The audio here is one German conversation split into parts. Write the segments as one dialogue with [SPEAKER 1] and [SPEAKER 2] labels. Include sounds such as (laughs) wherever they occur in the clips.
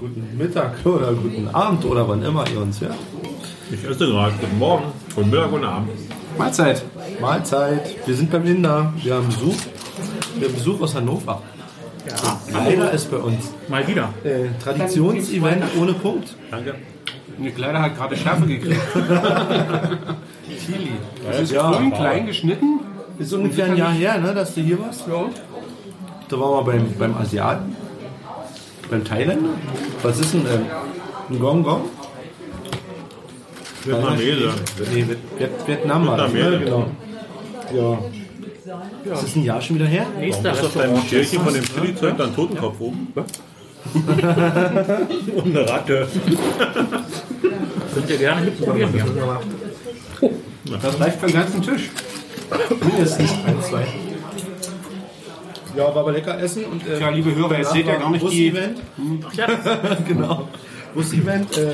[SPEAKER 1] guten Mittag oder guten Abend oder wann immer ihr uns hört.
[SPEAKER 2] Ich esse gerade. Guten Morgen, guten Mittag, guten Abend.
[SPEAKER 1] Mahlzeit. Mahlzeit. Wir sind beim Inder. Wir haben Besuch. Wir haben Besuch aus Hannover. Leider ist bei uns
[SPEAKER 3] Mal wieder.
[SPEAKER 1] äh, Traditionsevent ohne Punkt.
[SPEAKER 2] Danke.
[SPEAKER 4] Eine Kleider hat gerade Schärfe gekriegt.
[SPEAKER 1] Chili.
[SPEAKER 4] Das ist
[SPEAKER 1] Ja,
[SPEAKER 4] grün, klein geschnitten.
[SPEAKER 1] Ist ungefähr ein Jahr her, ne, dass du hier warst.
[SPEAKER 4] Ja, und?
[SPEAKER 1] Da waren wir beim, beim Asiaten, beim Thailänder. Was ist denn ähm, ein Gong Gong?
[SPEAKER 2] Vietnamese.
[SPEAKER 1] Nee, Viet- Viet- Vietnam war das, ne? Genau.
[SPEAKER 2] Vietnamese.
[SPEAKER 1] Ja. Ist das ein Jahr schon wieder her?
[SPEAKER 3] Nächster
[SPEAKER 2] Ist das beim
[SPEAKER 3] Restaurant.
[SPEAKER 2] Schälchen von dem Chili-Zeug dann Totenkopf oben? Und eine Ratte.
[SPEAKER 3] Könnt ihr gerne mitprobieren hier.
[SPEAKER 4] Das reicht für den ganzen Tisch.
[SPEAKER 1] Mindestens ein, zwei. Ja, war aber lecker essen und äh,
[SPEAKER 4] Ja, liebe Hörer, jetzt seht ihr gar nicht die.
[SPEAKER 1] Bus-Event.
[SPEAKER 3] ja.
[SPEAKER 1] (laughs) genau. Bus-Event, äh,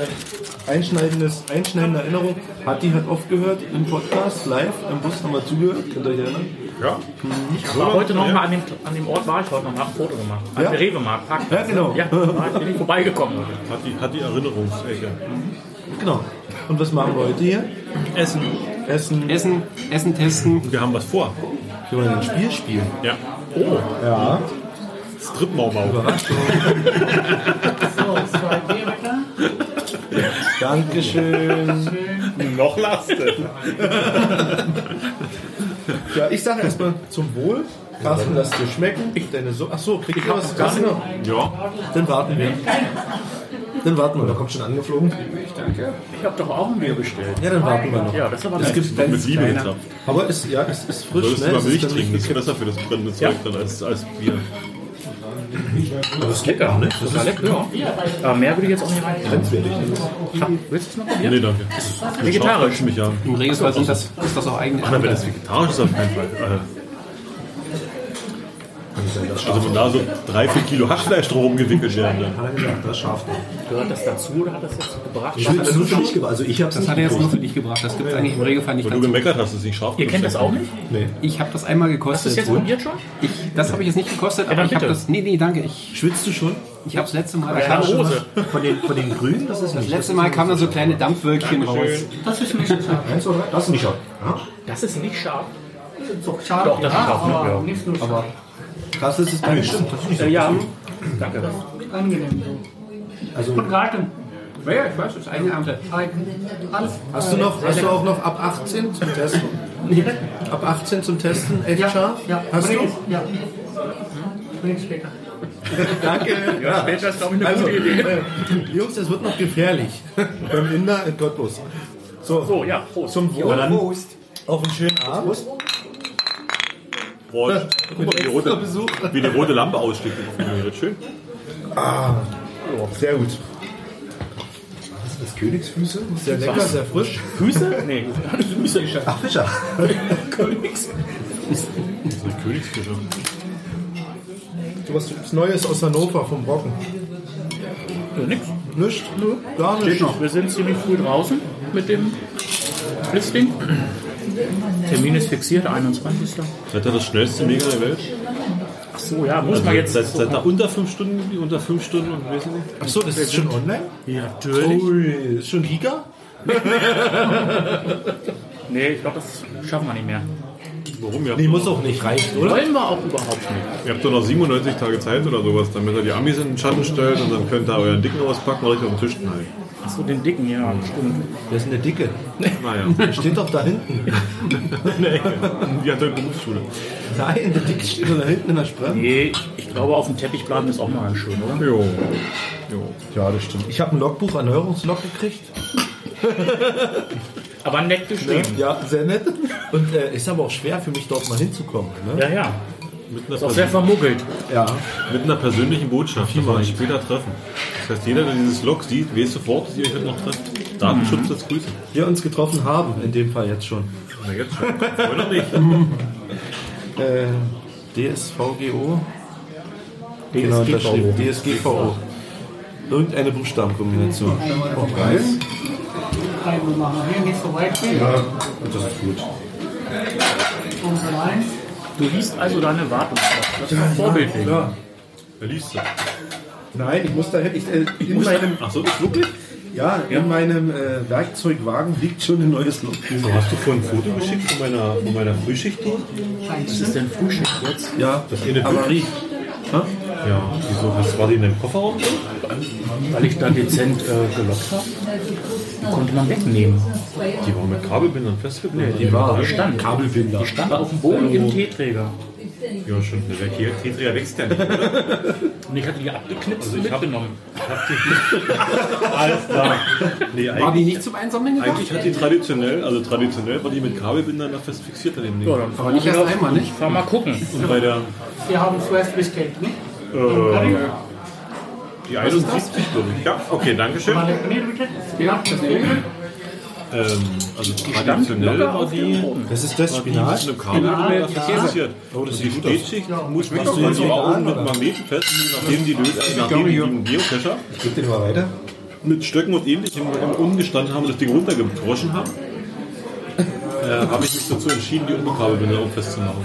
[SPEAKER 1] einschneidendes, einschneidende Erinnerung. Hatti hat oft gehört im Podcast, live, im Bus haben wir zugehört, könnt ihr euch erinnern?
[SPEAKER 2] Ja.
[SPEAKER 3] Ich war heute noch mal an dem, an dem Ort, war ich heute noch mal ein Foto gemacht. An
[SPEAKER 1] Ja?
[SPEAKER 3] der Rewe-Markt. Parkplatz.
[SPEAKER 1] Ja, genau.
[SPEAKER 3] Ja, da bin ich vorbeigekommen heute.
[SPEAKER 2] Hat die, hat die Erinnerungsecke.
[SPEAKER 1] Genau. Und was machen wir heute hier?
[SPEAKER 2] Essen.
[SPEAKER 1] Essen.
[SPEAKER 4] Essen, Essen testen.
[SPEAKER 2] Wir haben was vor.
[SPEAKER 1] Können wir ein Spiel spielen?
[SPEAKER 2] Ja. Oh,
[SPEAKER 1] Ja.
[SPEAKER 2] Stripmaumau.
[SPEAKER 1] Dankeschön.
[SPEAKER 2] Noch (laughs) lastet.
[SPEAKER 1] Ja, ich sage erstmal zum Wohl. Carsten, lass dir schmecken. Deine so Ach so, kriegt ihr was? Carsten,
[SPEAKER 2] Ja.
[SPEAKER 1] dann warten wir. Dann warten wir. Da kommt schon angeflogen.
[SPEAKER 3] Ich habe doch auch ein Bier bestellt.
[SPEAKER 1] Ja, dann warten wir noch.
[SPEAKER 3] Ja, das ist aber
[SPEAKER 1] Es
[SPEAKER 3] nett.
[SPEAKER 1] gibt
[SPEAKER 2] Mit
[SPEAKER 1] ganz
[SPEAKER 2] Liebe
[SPEAKER 1] kleine.
[SPEAKER 2] gezapft.
[SPEAKER 1] Aber es ja, es ist frisch,
[SPEAKER 2] Würdest
[SPEAKER 1] ne?
[SPEAKER 2] du mal
[SPEAKER 1] Es ist
[SPEAKER 2] Milch
[SPEAKER 1] dann
[SPEAKER 2] trinken, das
[SPEAKER 1] nicht
[SPEAKER 2] ist
[SPEAKER 1] gekippt.
[SPEAKER 2] besser für das brennende Zeug dann als, als Bier.
[SPEAKER 1] Das geht gar nicht. Das ist
[SPEAKER 3] Ja. Aber mehr würde ich jetzt auch nicht rein.
[SPEAKER 1] grenzwertig.
[SPEAKER 3] Willst du es noch probieren?
[SPEAKER 2] Nee, danke.
[SPEAKER 3] Vegetarisch.
[SPEAKER 2] Mich ja.
[SPEAKER 4] Im Regelfall sind das, ist das auch eigene
[SPEAKER 2] Aber wenn das vegetarisch ist, auf keinen Fall. Äh, also wenn da so drei, vier Kilo Hackfleisch drum rumgewickelt werden, dann.
[SPEAKER 1] Hat er gesagt, das schafft er.
[SPEAKER 3] Gehört das dazu oder hat das jetzt gebracht?
[SPEAKER 1] Ich will es nur für dich gebracht. Also ich hab's
[SPEAKER 4] Das
[SPEAKER 1] nicht
[SPEAKER 4] hat er jetzt nur
[SPEAKER 1] gekostet.
[SPEAKER 4] für dich gebracht. Das gibt es eigentlich im Regelfall nicht
[SPEAKER 2] Weil du
[SPEAKER 4] dazu.
[SPEAKER 2] gemeckert hast, dass es nicht scharf
[SPEAKER 3] Ihr kennt das auch nicht?
[SPEAKER 1] Nee.
[SPEAKER 4] Ich habe das einmal
[SPEAKER 3] Hast du es
[SPEAKER 4] gekostet.
[SPEAKER 3] jetzt probiert schon?
[SPEAKER 4] Ich, das habe ich jetzt nicht gekostet,
[SPEAKER 3] dann
[SPEAKER 4] aber ich habe
[SPEAKER 3] bitte.
[SPEAKER 4] das. Nee, nee, danke. Ich,
[SPEAKER 1] Schwitzt du schon?
[SPEAKER 4] ich habe das letzte Mal.
[SPEAKER 3] Ja,
[SPEAKER 4] kam
[SPEAKER 3] eine
[SPEAKER 4] schon was-
[SPEAKER 3] Hose.
[SPEAKER 1] Von den, von den Grünen? Das ist
[SPEAKER 4] Das
[SPEAKER 1] nicht.
[SPEAKER 4] letzte Mal kamen da so kleine Dampfwölkchen raus.
[SPEAKER 1] Eins oder? Das ist nicht schon. Ja?
[SPEAKER 3] Das ist nicht scharf.
[SPEAKER 5] Schade,
[SPEAKER 3] Doch, das ist scharf. ne? Ja.
[SPEAKER 5] nicht so
[SPEAKER 1] Aber krass ist es nicht. Stimmt, das ist nicht so.
[SPEAKER 4] Ja,
[SPEAKER 3] Danke.
[SPEAKER 5] angenehm. So.
[SPEAKER 1] Also,
[SPEAKER 5] Und Garten.
[SPEAKER 4] ja, ich weiß, das ist eigene Amte.
[SPEAKER 5] Alles.
[SPEAKER 1] hast, du noch, hast du auch noch ab 18 zum Testen? Ab 18 zum Testen? Echt
[SPEAKER 5] Ja,
[SPEAKER 1] scharf?
[SPEAKER 5] ja.
[SPEAKER 1] Hast du?
[SPEAKER 5] Bring es, Ja. Bring es später.
[SPEAKER 1] Danke. Ja,
[SPEAKER 3] später ist, glaub ich, eine
[SPEAKER 1] also,
[SPEAKER 3] gute Idee.
[SPEAKER 1] äh, Jungs, es wird noch gefährlich. Beim Inder in Cottbus. So,
[SPEAKER 3] So, ja, Prost.
[SPEAKER 1] zum Wohl. Auf einen schönen Abend.
[SPEAKER 2] Boah, guck mal, wie die
[SPEAKER 1] Extra
[SPEAKER 2] rote,
[SPEAKER 1] Besuch.
[SPEAKER 2] wie die rote Lampe aussteht. Das ist schön.
[SPEAKER 1] Sehr gut. Das ist Königsfüße. Sehr lecker, sehr frisch.
[SPEAKER 3] Füße? (laughs) Nee. Füße geschafft.
[SPEAKER 1] Ach, Fischer.
[SPEAKER 2] Das ist eine Königsfische.
[SPEAKER 1] Du hast was Neues aus Hannover vom Brocken.
[SPEAKER 3] Ja, äh, nix.
[SPEAKER 1] Nicht? Nö, gar nicht.
[SPEAKER 3] Wir sind ziemlich früh draußen mit dem Listing. Termin ist fixiert, 21.
[SPEAKER 2] Seid ihr das schnellste Mega der Welt? Also
[SPEAKER 3] Ach so, ja,
[SPEAKER 1] Also
[SPEAKER 3] muss man jetzt.
[SPEAKER 2] Seit, seit da unter fünf Stunden, unter fünf Stunden und weiß ich nicht.
[SPEAKER 1] Ach so, das ist schon online?
[SPEAKER 3] Ja, natürlich.
[SPEAKER 1] Ui, ist schon Liga?
[SPEAKER 3] Nee, ich glaube, das schaffen wir nicht mehr.
[SPEAKER 2] Warum? Ihr habt,
[SPEAKER 1] Nee,
[SPEAKER 2] doch
[SPEAKER 1] muss
[SPEAKER 2] noch,
[SPEAKER 1] auch nicht reichen, oder?
[SPEAKER 3] Wollen wir auch überhaupt nicht.
[SPEAKER 2] ihr habt doch noch 97 Tage Zeit oder sowas, damit ihr die Amis in den Schatten stellt und dann könnt ihr euren Dicken auspacken und euch auf den Tisch knallen.
[SPEAKER 3] Ach so, den dicken, ja, stimmt.
[SPEAKER 1] Wer ist denn der Dicke?
[SPEAKER 2] Naja. (laughs)
[SPEAKER 1] Der steht doch da hinten.
[SPEAKER 2] Die hat eine Berufsschule.
[SPEAKER 1] Nein, der Dicke steht doch da hinten in der Sprache.
[SPEAKER 3] Nee, ich glaube, auf dem Teppich bleiben ist auch mal ganz schön, oder?
[SPEAKER 2] Jo. jo.
[SPEAKER 1] Ja, das stimmt. Ich habe ein Logbuch, ein Erneuerungslog gekriegt.
[SPEAKER 3] Aber nett geschrieben.
[SPEAKER 1] Ja, sehr nett. Und äh, ist aber auch schwer für mich, dort mal hinzukommen. Ne?
[SPEAKER 3] Ja, ja.
[SPEAKER 2] Mit einer,
[SPEAKER 3] Ist auch sehr
[SPEAKER 2] Persön-
[SPEAKER 3] vermuggelt.
[SPEAKER 1] Ja.
[SPEAKER 2] mit einer persönlichen Botschaft, die wir uns später treffen. Das heißt, jeder, der dieses Log sieht, weiß sofort, dass ihr euch heute noch trefft. Datenschutz als Grüße.
[SPEAKER 1] Wir uns getroffen haben, in dem Fall jetzt schon.
[SPEAKER 2] Mhm. Na jetzt schon. Oder nicht?
[SPEAKER 1] Äh, DSVGO? Genau, das
[SPEAKER 3] DSGVO.
[SPEAKER 1] stimmt. DSGVO. Irgendeine Buchstabenkombination. Auf Reis?
[SPEAKER 5] Kein Uhr machen. Hier nicht so weit weg. Ja, das ist gut. Und rein.
[SPEAKER 3] Du liest also deine Wartung. Das ist vorbildlich.
[SPEAKER 1] Ja.
[SPEAKER 2] Er liest sie.
[SPEAKER 1] Nein, ich muss da hin. Ich, äh, in meinem,
[SPEAKER 2] Ach so, ist wirklich?
[SPEAKER 1] ja, in meinem äh, Werkzeugwagen liegt schon ein neues Loch.
[SPEAKER 2] So, hast du vorhin ein Foto geschickt von meiner, von meiner Frühschicht dort?
[SPEAKER 3] Was ist denn Frühstück jetzt?
[SPEAKER 1] Ja,
[SPEAKER 2] Das eine
[SPEAKER 1] aber
[SPEAKER 2] Batterie. Ja, wieso? Was war die in deinem Kofferraum?
[SPEAKER 3] Weil ich da dezent äh, gelockt habe. Die konnte man wegnehmen.
[SPEAKER 2] Die war mit Kabelbindern festgebunden.
[SPEAKER 3] Die war die stand.
[SPEAKER 1] Kabelbinder.
[SPEAKER 3] Die stand auf dem Boden im Teeträger.
[SPEAKER 2] Ja, schon. Der weg hier. Tetria wächst ja nicht.
[SPEAKER 3] Und Also ich hatte die abgeknipst und
[SPEAKER 2] ich hab-
[SPEAKER 3] mitgenommen.
[SPEAKER 2] Alles klar. (laughs) Nee,
[SPEAKER 4] War
[SPEAKER 2] eigentlich,
[SPEAKER 4] die nicht zum Einsammeln gedacht?
[SPEAKER 2] eigentlich hat die traditionell, also traditionell war die mit Kabelbindern da fest fixiert an dem Ding.
[SPEAKER 3] Ja, dann fahr,
[SPEAKER 4] Aber nicht erst einmal, nicht?
[SPEAKER 3] fahr mal gucken.
[SPEAKER 2] Und bei der
[SPEAKER 5] Wir haben zuerst bestellt, nicht? Э,
[SPEAKER 2] äh, die 71, glaube ich. Ja, okay, danke schön.
[SPEAKER 5] Mal den Panier bitte.
[SPEAKER 4] Ja, das nehmen
[SPEAKER 2] Ähm, also traditionell war die.
[SPEAKER 1] Das ist das
[SPEAKER 2] Spinat?
[SPEAKER 1] Spinat.
[SPEAKER 2] Eine Kabel ja. fixiert.
[SPEAKER 1] Oh, das
[SPEAKER 2] Und die
[SPEAKER 1] sieht gut aus.
[SPEAKER 2] Spätschicht muss man
[SPEAKER 1] doch ganz
[SPEAKER 2] so
[SPEAKER 1] vegan,
[SPEAKER 2] rauchen mit
[SPEAKER 1] oder?
[SPEAKER 2] Magneten fest, nachdem die löst, nachdem
[SPEAKER 4] glaube,
[SPEAKER 2] die
[SPEAKER 4] hier-
[SPEAKER 2] im Geocacher
[SPEAKER 1] Gib den mal weiter.
[SPEAKER 2] mit Stöcken und ähnlichem im Unten gestanden haben und das Ding runtergedroschen haben, äh, habe ich mich dazu entschieden, die Unbekabelbinde auch festzumachen.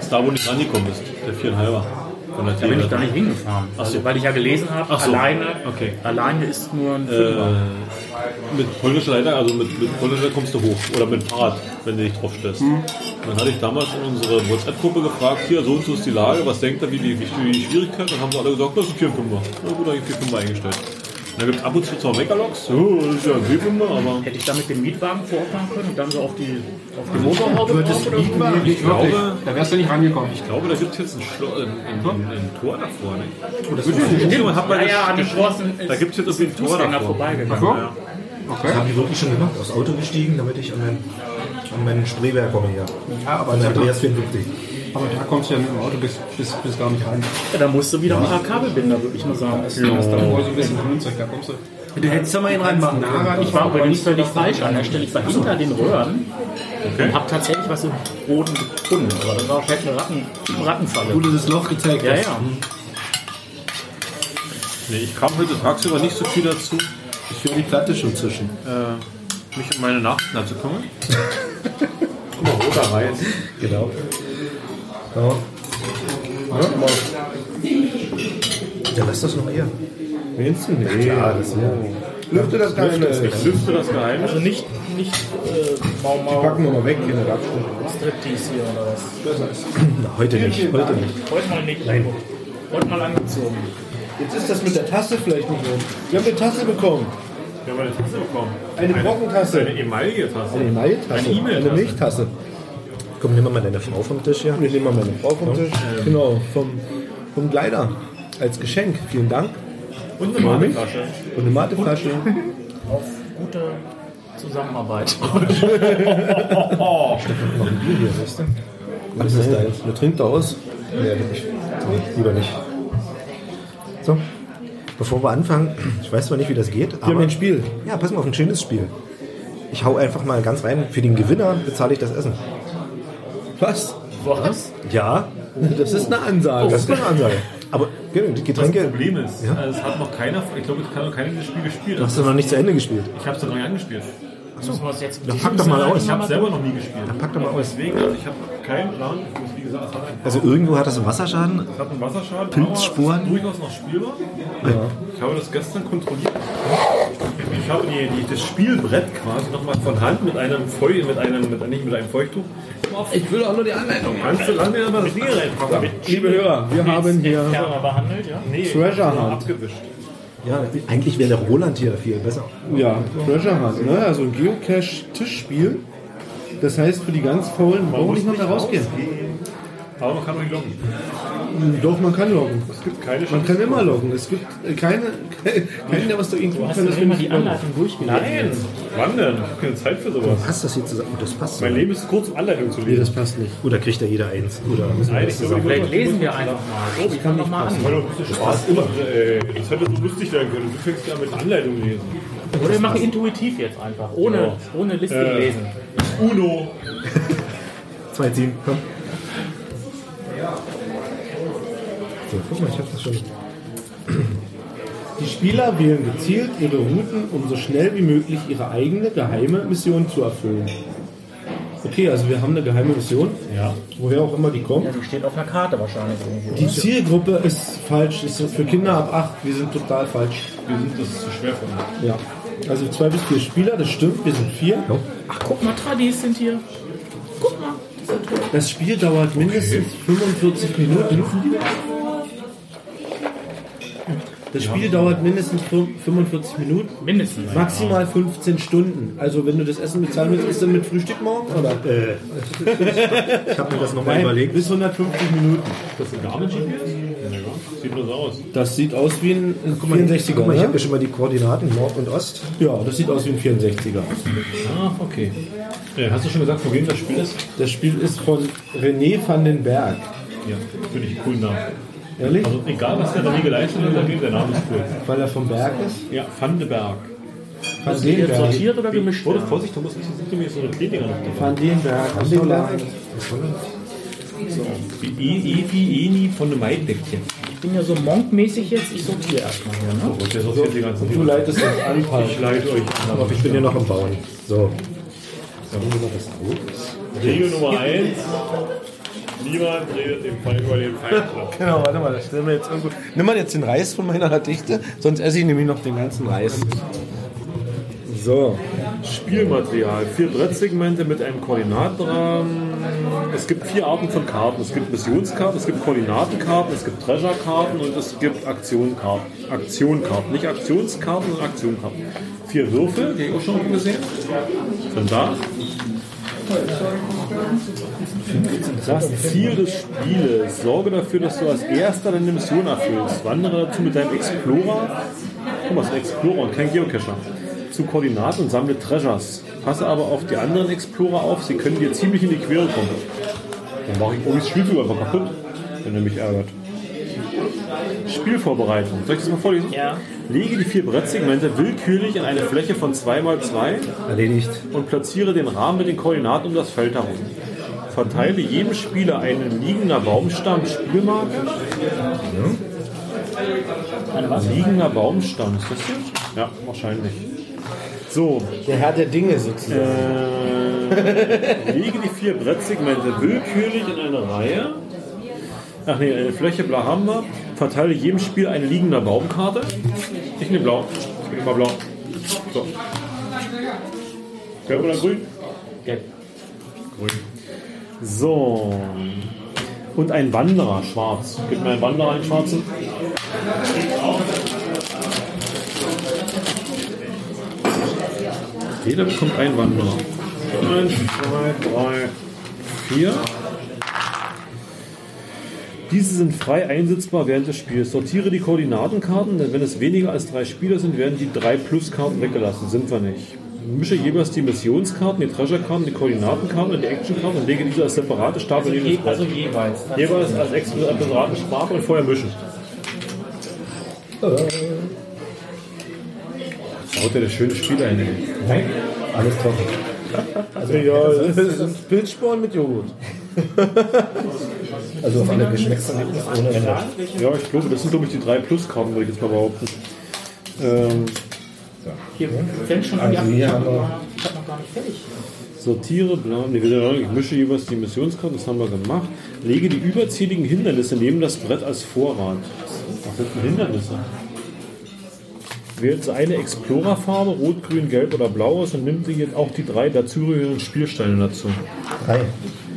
[SPEAKER 2] Ist da, wo nicht rangekommen ist, der 4,5er. Von der
[SPEAKER 3] Da bin ich
[SPEAKER 2] T-Werte.
[SPEAKER 3] gar nicht hingefahren. Also, weil ich ja gelesen habe,
[SPEAKER 2] Ach so.
[SPEAKER 3] alleine,
[SPEAKER 2] Okay.
[SPEAKER 3] alleine ist nur ein Fünfer.
[SPEAKER 2] äh, mit polnischer Leiter, also mit, mit polnischer kommst du hoch oder mit Fahrrad, wenn du dich drauf stellst.
[SPEAKER 3] Mhm.
[SPEAKER 2] Dann hatte ich damals in unsere WhatsApp-Gruppe gefragt, hier so und so ist die Lage, was denkt ihr, wie die, wie die Schwierigkeit? Dann haben sie alle gesagt, das ist ein 4,5er. Na gut, dann habe ich 4,5er eingestellt. Und dann gibt es ab und zu zwar Megaloks, so, das ist ja ein 4,5er, aber
[SPEAKER 3] Hätte ich damit den Mietwagen vorfahren können und dann so auf die, auf die Motorhaube drauf oder so?
[SPEAKER 4] wir. Nicht
[SPEAKER 2] glaube-
[SPEAKER 4] wirklich. Da wärst du nicht rangekommen.
[SPEAKER 2] ich glaube, da gibt es jetzt ein, Schlo- ein, ein,
[SPEAKER 3] Hm?
[SPEAKER 2] ein, ein Tor davor, ne?
[SPEAKER 3] Oh,
[SPEAKER 1] Das haben
[SPEAKER 2] Jemand hat mal
[SPEAKER 3] Ja, ja, an den
[SPEAKER 2] geschrieben,
[SPEAKER 3] Straßen ist
[SPEAKER 2] da gibt es jetzt irgendwie ein Tor
[SPEAKER 3] Fußgänger
[SPEAKER 2] davor.
[SPEAKER 3] vorbeigegangen.
[SPEAKER 4] So? Okay.
[SPEAKER 1] die wirklich schon gemacht. Aufs Auto gestiegen, damit ich an meinen, an meinen Spreeberg komme hier.
[SPEAKER 4] Ja, aber
[SPEAKER 1] An
[SPEAKER 4] da,
[SPEAKER 1] Andreas 54.
[SPEAKER 4] aber da kommst du ja mit dem Auto bis, bis, bis gar nicht rein.
[SPEAKER 3] Ja, da musst du wieder ein paar Kabelbinder, würde ich mal sagen.
[SPEAKER 4] Das ist
[SPEAKER 6] Oh.
[SPEAKER 4] dann wohl so ein bisschen Grünzeug, da kommst du.
[SPEAKER 1] Du hättest da mal einen reinmachen können.
[SPEAKER 3] Ich war übrigens völlig falsch an der Stelle. Ich war hinter den Röhren
[SPEAKER 2] Okay.
[SPEAKER 3] und habe tatsächlich was im Boden gefunden. Aber das war vielleicht eine Ratten, Rattenfalle.
[SPEAKER 1] Wo du das Loch gezeigt
[SPEAKER 3] Ja,
[SPEAKER 1] hast.
[SPEAKER 3] ja.
[SPEAKER 2] Nee, ich kam heute tagsüber nicht so viel dazu,
[SPEAKER 1] Ich höre die Platte schon zwischen.
[SPEAKER 2] äh, mich um meine Nachrichten dazu kümmern. Guck mal, roter Reis.
[SPEAKER 1] Genau. Ja. Ja, lass das noch eher.
[SPEAKER 2] Willst du nicht?
[SPEAKER 1] Ja, das ja. Lüfte das Geheimnis.
[SPEAKER 2] Ich lüfte das Geheimnis.
[SPEAKER 3] Also nicht, nicht äh, Mau Mau
[SPEAKER 1] Packen wir mal weg, keine Abstimmung.
[SPEAKER 3] Striptease hier oder was.
[SPEAKER 1] Heute nicht, heute nicht.
[SPEAKER 3] Heute mal nicht. Nein. Heute mal angezogen.
[SPEAKER 1] Jetzt ist das mit der Tasse vielleicht nicht rum. Wir haben eine Tasse bekommen.
[SPEAKER 2] Wir haben eine Tasse bekommen.
[SPEAKER 1] Eine Brockentasse.
[SPEAKER 2] Eine Emaille-Tasse.
[SPEAKER 1] Eine Mailtasse.
[SPEAKER 2] Eine E-Mail-Tasse.
[SPEAKER 1] Milchtasse. Komm, nimm mal deine Frau vom Tisch hier. Wir nehmen mal meine Frau vom Tisch. Genau, vom, vom Kleider. Als Geschenk. Vielen Dank.
[SPEAKER 2] Und eine Marmikflasche.
[SPEAKER 1] Und eine Mateflasche.
[SPEAKER 3] Auf gute Zusammenarbeit. (laughs)
[SPEAKER 1] Was ist deins? Du trinkst da aus? Nee, nicht. Nee, lieber nicht.
[SPEAKER 7] So, bevor wir anfangen, ich weiß zwar nicht, wie das geht,
[SPEAKER 1] Wir haben
[SPEAKER 7] aber
[SPEAKER 1] ein Spiel.
[SPEAKER 7] ja, pass mal auf ein schönes Spiel. Ich hau einfach mal ganz rein. Für den Gewinner bezahle ich das Essen.
[SPEAKER 1] Was?
[SPEAKER 3] Was?
[SPEAKER 7] Ja,
[SPEAKER 1] Das ist eine Ansage.
[SPEAKER 7] das ist eine Ansage. Aber genau, die Getränke
[SPEAKER 2] Problem ist, also es hat noch keiner, ich glaube, es hat noch keiner dieses Spiel gespielt.
[SPEAKER 7] hast du noch nicht zu Ende gespielt.
[SPEAKER 2] Ich habe es noch nie angespielt.
[SPEAKER 3] Müssen wir es jetzt mit
[SPEAKER 7] Dann
[SPEAKER 3] diesem
[SPEAKER 7] pack doch mal
[SPEAKER 3] Sinne
[SPEAKER 7] aus.
[SPEAKER 2] Ich
[SPEAKER 3] machen?
[SPEAKER 2] habe es selber noch nie gespielt.
[SPEAKER 7] Pack doch mal aus.
[SPEAKER 2] Deswegen, also ich habe keinen Plan. Ich muss, wie gesagt, es hat einen,
[SPEAKER 7] Also irgendwo hat das einen Wasserschaden.
[SPEAKER 2] es hat einen Wasserschaden.
[SPEAKER 7] Pilzsporen?
[SPEAKER 2] aber es ist durchaus noch spielbar. Ich habe das gestern kontrolliert. Ich habe die, die, das Spielbrett quasi nochmal von Hand mit einem Feu, mit einem, mit, nicht mit einem Feuchttuch.
[SPEAKER 4] Ich will auch nur die Anleitung.
[SPEAKER 2] Kannst du lange aber das Ding reinpacken?
[SPEAKER 1] Liebe Hörer, wir haben hier
[SPEAKER 3] Fairer behandelt, ja?
[SPEAKER 2] Nee,
[SPEAKER 1] Treasure Hunt.
[SPEAKER 2] abgewischt.
[SPEAKER 7] Ja, eigentlich wäre der Roland hier viel besser.
[SPEAKER 1] Ja, Treasure Hunt, ne? Also ein Geocache-Tischspiel. Das heißt, für die ganz Faulen brauchen nicht noch da rausgehen.
[SPEAKER 2] Aber man kann auch nicht locken.
[SPEAKER 1] Doch, man kann loggen.
[SPEAKER 2] Es gibt keine
[SPEAKER 1] Man
[SPEAKER 2] Chance.
[SPEAKER 1] kann immer loggen. Es gibt äh, keine, (laughs) keinen, der was dagegen tun
[SPEAKER 3] Hast
[SPEAKER 1] kann,
[SPEAKER 3] du
[SPEAKER 1] dass
[SPEAKER 3] denn
[SPEAKER 1] wir
[SPEAKER 3] immer
[SPEAKER 1] nicht
[SPEAKER 3] die
[SPEAKER 1] loggen.
[SPEAKER 3] Anleitung durchgelesen?
[SPEAKER 2] Nein! Wann denn? Ich habe keine Zeit für sowas.
[SPEAKER 7] Passt das hier zusammen? Oh, das passt.
[SPEAKER 2] Mein Leben ist kurz, um Anleitung zu
[SPEAKER 1] Nee,
[SPEAKER 2] lesen.
[SPEAKER 1] das passt nicht.
[SPEAKER 7] Oder kriegt da jeder eins? Oder müssen wir
[SPEAKER 2] Nein,
[SPEAKER 7] das
[SPEAKER 2] ich glaube,
[SPEAKER 7] zusammen?
[SPEAKER 2] die
[SPEAKER 3] Vielleicht lesen wir einfach mal. So, ich kann nochmal an.
[SPEAKER 2] Hallo, das ist Spaß. Ey, Das hätte so lustig werden können. Du fängst ja mit Anleitung lesen.
[SPEAKER 3] Oder wir machen intuitiv jetzt einfach, ohne, ohne Liste
[SPEAKER 2] Äh.
[SPEAKER 3] lesen.
[SPEAKER 2] Uno.
[SPEAKER 7] Zwei ziehen, komm. So, guck mal, ich hab das schon.
[SPEAKER 1] Die Spieler wählen gezielt ihre Routen, um so schnell wie möglich ihre eigene geheime Mission zu erfüllen. Okay, also wir haben eine geheime Mission.
[SPEAKER 2] Ja.
[SPEAKER 1] Woher auch immer die kommt.
[SPEAKER 3] Ja, die steht auf einer Karte wahrscheinlich irgendwo.
[SPEAKER 1] Die Zielgruppe ist falsch. Ist für Kinder ab 8. Wir sind total falsch.
[SPEAKER 2] Wir sind das zu schwer für uns.
[SPEAKER 1] Ja. Also zwei bis vier Spieler, das stimmt. Wir sind vier.
[SPEAKER 3] Ach, guck mal, Tradis sind hier. Guck mal.
[SPEAKER 1] Das Spiel dauert mindestens 45 Minuten. Das Spiel dauert mindestens 45 Minuten.
[SPEAKER 3] Mindestens.
[SPEAKER 1] Maximal 15 Stunden. Also wenn du das Essen bezahlen willst, ist dann mit Frühstück morgen oder? Äh,
[SPEAKER 7] (laughs) Ich habe mir das nochmal
[SPEAKER 1] Nein,
[SPEAKER 7] überlegt.
[SPEAKER 1] bis 150 Minuten.
[SPEAKER 2] Das ist ein Gabelspiel? Ja, genau. sieht nur so aus.
[SPEAKER 1] Das sieht aus wie ein
[SPEAKER 7] Guck
[SPEAKER 1] 64er.
[SPEAKER 7] mal, ich
[SPEAKER 1] ne?
[SPEAKER 7] habe ja schon mal die Koordinaten Nord und Ost.
[SPEAKER 1] Ja, das sieht aus wie ein 64er.
[SPEAKER 2] Ah, okay. Ja, hast du schon gesagt, von wem das Spiel ist?
[SPEAKER 1] Das Spiel ist von René van den Berg.
[SPEAKER 2] Ja, finde ich einen coolen Namen.
[SPEAKER 1] Ehrlich?
[SPEAKER 2] Also egal, was der da nie geleistet hat, der Game, der Name ist cool.
[SPEAKER 1] Weil er vom Berg ist?
[SPEAKER 2] Ja, Van de Berg.
[SPEAKER 1] Van
[SPEAKER 3] Sind Also die
[SPEAKER 1] den
[SPEAKER 3] jetzt
[SPEAKER 1] Berg.
[SPEAKER 3] sortiert oder gemischt?
[SPEAKER 2] Oder Vorsicht, da muss ich sind nämlich so eine Kliniker noch dabei.
[SPEAKER 1] Van den Berg. aus Holland.
[SPEAKER 2] Wie Evi Eni von dem Maideckchen.
[SPEAKER 3] Ich bin ja so monkmäßig jetzt, ich sortiere erstmal hier, ne?
[SPEAKER 2] Und der sortiert die ganzen
[SPEAKER 1] Du leitest uns an, Paul.
[SPEAKER 2] Ich leite euch an.
[SPEAKER 7] Ich bin ja noch am Bauen. So.
[SPEAKER 2] Regel Nummer 1. Niemand redet im Fall über den Feind.
[SPEAKER 1] Genau, warte mal, das stellen wir jetzt irgendwo. Nimm mal jetzt den Reis von meiner Dichte, sonst esse ich nämlich noch den ganzen Reis. So.
[SPEAKER 2] Spielmaterial. Vier Brettsegmente mit einem Koordinatenrahmen. Es gibt vier Arten von Karten. Es gibt Missionskarten, es gibt Koordinatenkarten, es gibt Treasure-Karten und es gibt Aktionkarten. Aktionkarten. Nicht Aktionskarten, sondern Aktionkarten. Vier Würfel, die ich auch schon gesehen. Dann da. Das Ziel des Spieles. Sorge dafür, dass du als Erster deine Mission erfüllst. Wandere dazu mit deinem Explorer. Guck mal, es ist ein Explorer und kein Geocacher. Zu Koordinaten und sammle Treasures. Passe aber auf die anderen Explorer auf, sie können dir ziemlich in die Quere kommen. Dann mache ich Obis Spielzug einfach kaputt, wenn er mich ärgert. Spielvorbereitung. Soll ich das mal vorlesen?
[SPEAKER 3] Ja.
[SPEAKER 2] Lege die vier Brettsegmente willkürlich an eine Fläche von 2x2
[SPEAKER 7] Erledigt.
[SPEAKER 2] und platziere den Rahmen mit den Koordinaten um das Feld herum. Verteile jedem Spieler einen liegender Baumstamm Spielmarke. Ein was? Liegender Baumstamm, ist das hier? Ja, wahrscheinlich. So,
[SPEAKER 1] Der Herr der Dinge sozusagen.
[SPEAKER 2] äh, lege die vier Brettsegmente willkürlich in eine Reihe. Ach nee, eine Fläche bla haben wir. Verteile jedem Spiel eine liegende Baumkarte. Ich nehme blau. Ich bin immer blau. So. Gelb oder grün?
[SPEAKER 3] Gelb.
[SPEAKER 2] Grün. So. Und ein Wanderer, schwarz. Gib mir einen Wanderer, einen schwarzen. Jeder bekommt einen Wanderer. Eins, zwei, drei, vier. Diese sind frei einsetzbar während des Spiels. Sortiere die Koordinatenkarten, denn wenn es weniger als drei Spieler sind, werden die drei Pluskarten weggelassen. Sind wir nicht. Mische jeweils die Missionskarten, die Treasure-Karten, die Koordinatenkarten und die Actionkarten und lege diese als separate Stapel neben das
[SPEAKER 3] Je,
[SPEAKER 2] Brett.
[SPEAKER 3] also jeweils. Also
[SPEAKER 2] Jeweils als extra separaten Sprache und vorher mischen.
[SPEAKER 7] Äh.
[SPEAKER 2] Haut der schöne Spieler hin.
[SPEAKER 7] Alles top.
[SPEAKER 2] Also,
[SPEAKER 1] ja, das ist ein Pilzsporn mit Joghurt.
[SPEAKER 7] (laughs) Also auf alle Geschmackserlebnisse ohne Ende.
[SPEAKER 2] Ja, ich glaube, das sind glaube ich die drei Pluskarten, würde ich jetzt mal behaupten. Ähm,
[SPEAKER 3] Hier fängt schon an die
[SPEAKER 7] Also hier haben wir-
[SPEAKER 3] Abgabe. Ich hab noch gar nicht fertig.
[SPEAKER 2] sortiere, bla, nee, wieder rein. ich mische jeweils die Missionskarten, das haben wir gemacht. Lege die überzähligen Hindernisse neben das Brett als Vorrat. Was sind denn Hindernisse? Wählt so eine Explorer-Farbe, rot, grün, gelb oder blau aus und nimmt jetzt auch die drei dazugehörigen Spielsteine dazu.
[SPEAKER 7] Drei.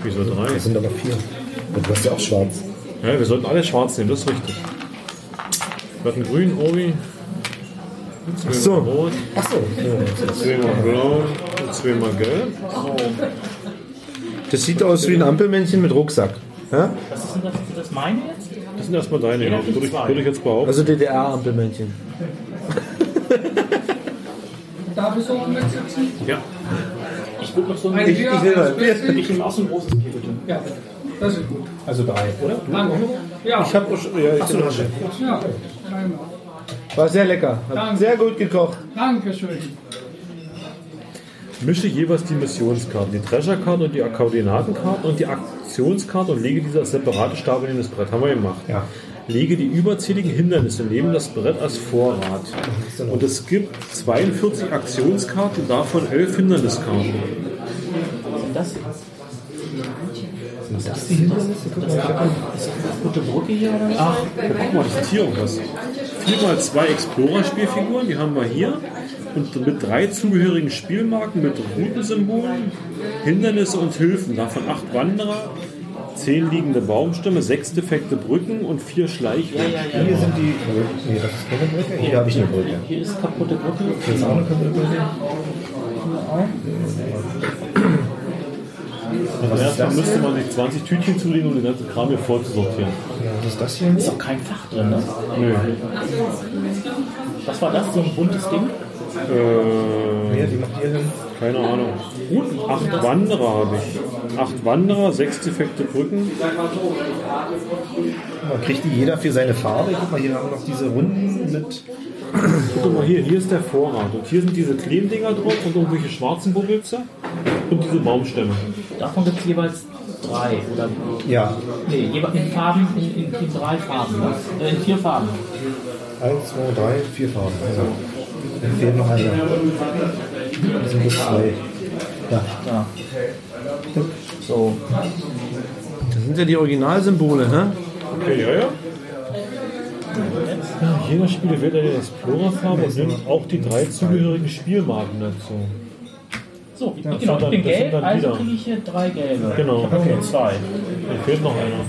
[SPEAKER 2] Wieso drei?
[SPEAKER 7] Das sind aber vier. Und du hast ja auch schwarz.
[SPEAKER 2] Ja, wir sollten alle schwarz nehmen, das ist richtig. Wir hatten grün, Obi. Zweimal rot,
[SPEAKER 7] Achso.
[SPEAKER 2] zweimal blau und zweimal gelb.
[SPEAKER 7] Das sieht aus wie ein Ampelmännchen mit Rucksack. Ja?
[SPEAKER 3] Was ist denn das? Ist das meine jetzt?
[SPEAKER 2] Das sind erstmal deine, ja. würde, ich, würde ich jetzt behaupten.
[SPEAKER 7] Also DDR-Ampelmännchen.
[SPEAKER 5] Darf ich so mitsitzen?
[SPEAKER 2] Ja.
[SPEAKER 3] Ich guck noch so ein
[SPEAKER 5] Ich, ich will mal.
[SPEAKER 3] Ich nehme auch so ein großes Bier, bitte.
[SPEAKER 5] Ja, das ist gut.
[SPEAKER 7] Also drei, oder?
[SPEAKER 5] Danke. Ja,
[SPEAKER 1] Ich habe ja, ich bin-
[SPEAKER 5] ja. Einmal.
[SPEAKER 1] War sehr lecker. Hat
[SPEAKER 5] Danke.
[SPEAKER 1] sehr gut gekocht.
[SPEAKER 5] Dankeschön.
[SPEAKER 2] Mische jeweils die Missionskarten, die Treasure-Karten und die Koordinatenkarten und die Aktionskarten und lege diese als separate Stapel in das Brett. Haben wir gemacht.
[SPEAKER 7] Ja.
[SPEAKER 2] Lege die überzähligen Hindernisse neben das Brett als Vorrat. Und es gibt 42 Aktionskarten, davon 11 Hinderniskarten.
[SPEAKER 3] Sind das hier? Sind das die Hindernisse? Guck mal, ich hab eine- ist das eine gute Brücke hier oder was? Ach,
[SPEAKER 2] Guck mal, das ist hier irgendwas. 4x2 Explorer-Spielfiguren, die haben wir hier. Und mit drei zugehörigen Spielmarken mit Routensymbolen, Hindernisse und Hilfen. Davon acht Wanderer, zehn liegende Baumstämme, sechs defekte Brücken und vier Schleichwege.
[SPEAKER 7] Hier sind die. Nee, das ist keine Brücke. Hier habe ich eine Brücke.
[SPEAKER 3] hier ist kaputte Brücke.
[SPEAKER 7] Hier ist auch eine Brücke.
[SPEAKER 2] Also erstmal müsste man sich 20 Tütchen zulegen, um den ganzen Kram hier vorzusortieren.
[SPEAKER 7] Ja, Was ist das hier?
[SPEAKER 3] Ist doch kein Fach drin, ne?
[SPEAKER 2] Nö.
[SPEAKER 3] Was war das? So ein buntes Ding?
[SPEAKER 2] Äh,
[SPEAKER 7] Ja, die macht ihr hin.
[SPEAKER 2] keine Ahnung. Acht Wanderer habe ich. Acht Wanderer, sechs defekte Brücken.
[SPEAKER 7] Guck mal, Kriegt die jeder für seine Farbe? Guck mal, hier haben wir noch diese Runden mit.
[SPEAKER 2] Guck mal hier, hier ist der Vorrat. Und hier sind diese Kleendinger drauf und irgendwelche schwarzen Bubbilze und diese Baumstämme.
[SPEAKER 3] Davon gibt es jeweils drei. Oder,
[SPEAKER 7] Ja.
[SPEAKER 3] nee, jeweils in Farben, in, in, in drei Farben. Ne? Äh, in vier Farben.
[SPEAKER 7] Eins, zwei, drei, vier Farben. Also. Dann fehlt noch einer. Das sind nur zwei. Ja.
[SPEAKER 3] Ja. So.
[SPEAKER 1] Das sind ja die Originalsymbole, ne?
[SPEAKER 2] Okay, ja, ja. Jeder Spieler wählt eine Explorer-Farbe und nimmt auch die drei zugehörigen Spielmarken dazu.
[SPEAKER 3] So, genau, ich
[SPEAKER 2] dann-
[SPEAKER 3] bin
[SPEAKER 2] das sind
[SPEAKER 3] gelb,
[SPEAKER 2] dann
[SPEAKER 3] also
[SPEAKER 2] wieder.
[SPEAKER 3] kriege ich hier drei gelbe.
[SPEAKER 2] Genau.
[SPEAKER 3] Ich habe nur zwei.
[SPEAKER 2] Dann fehlt noch einer.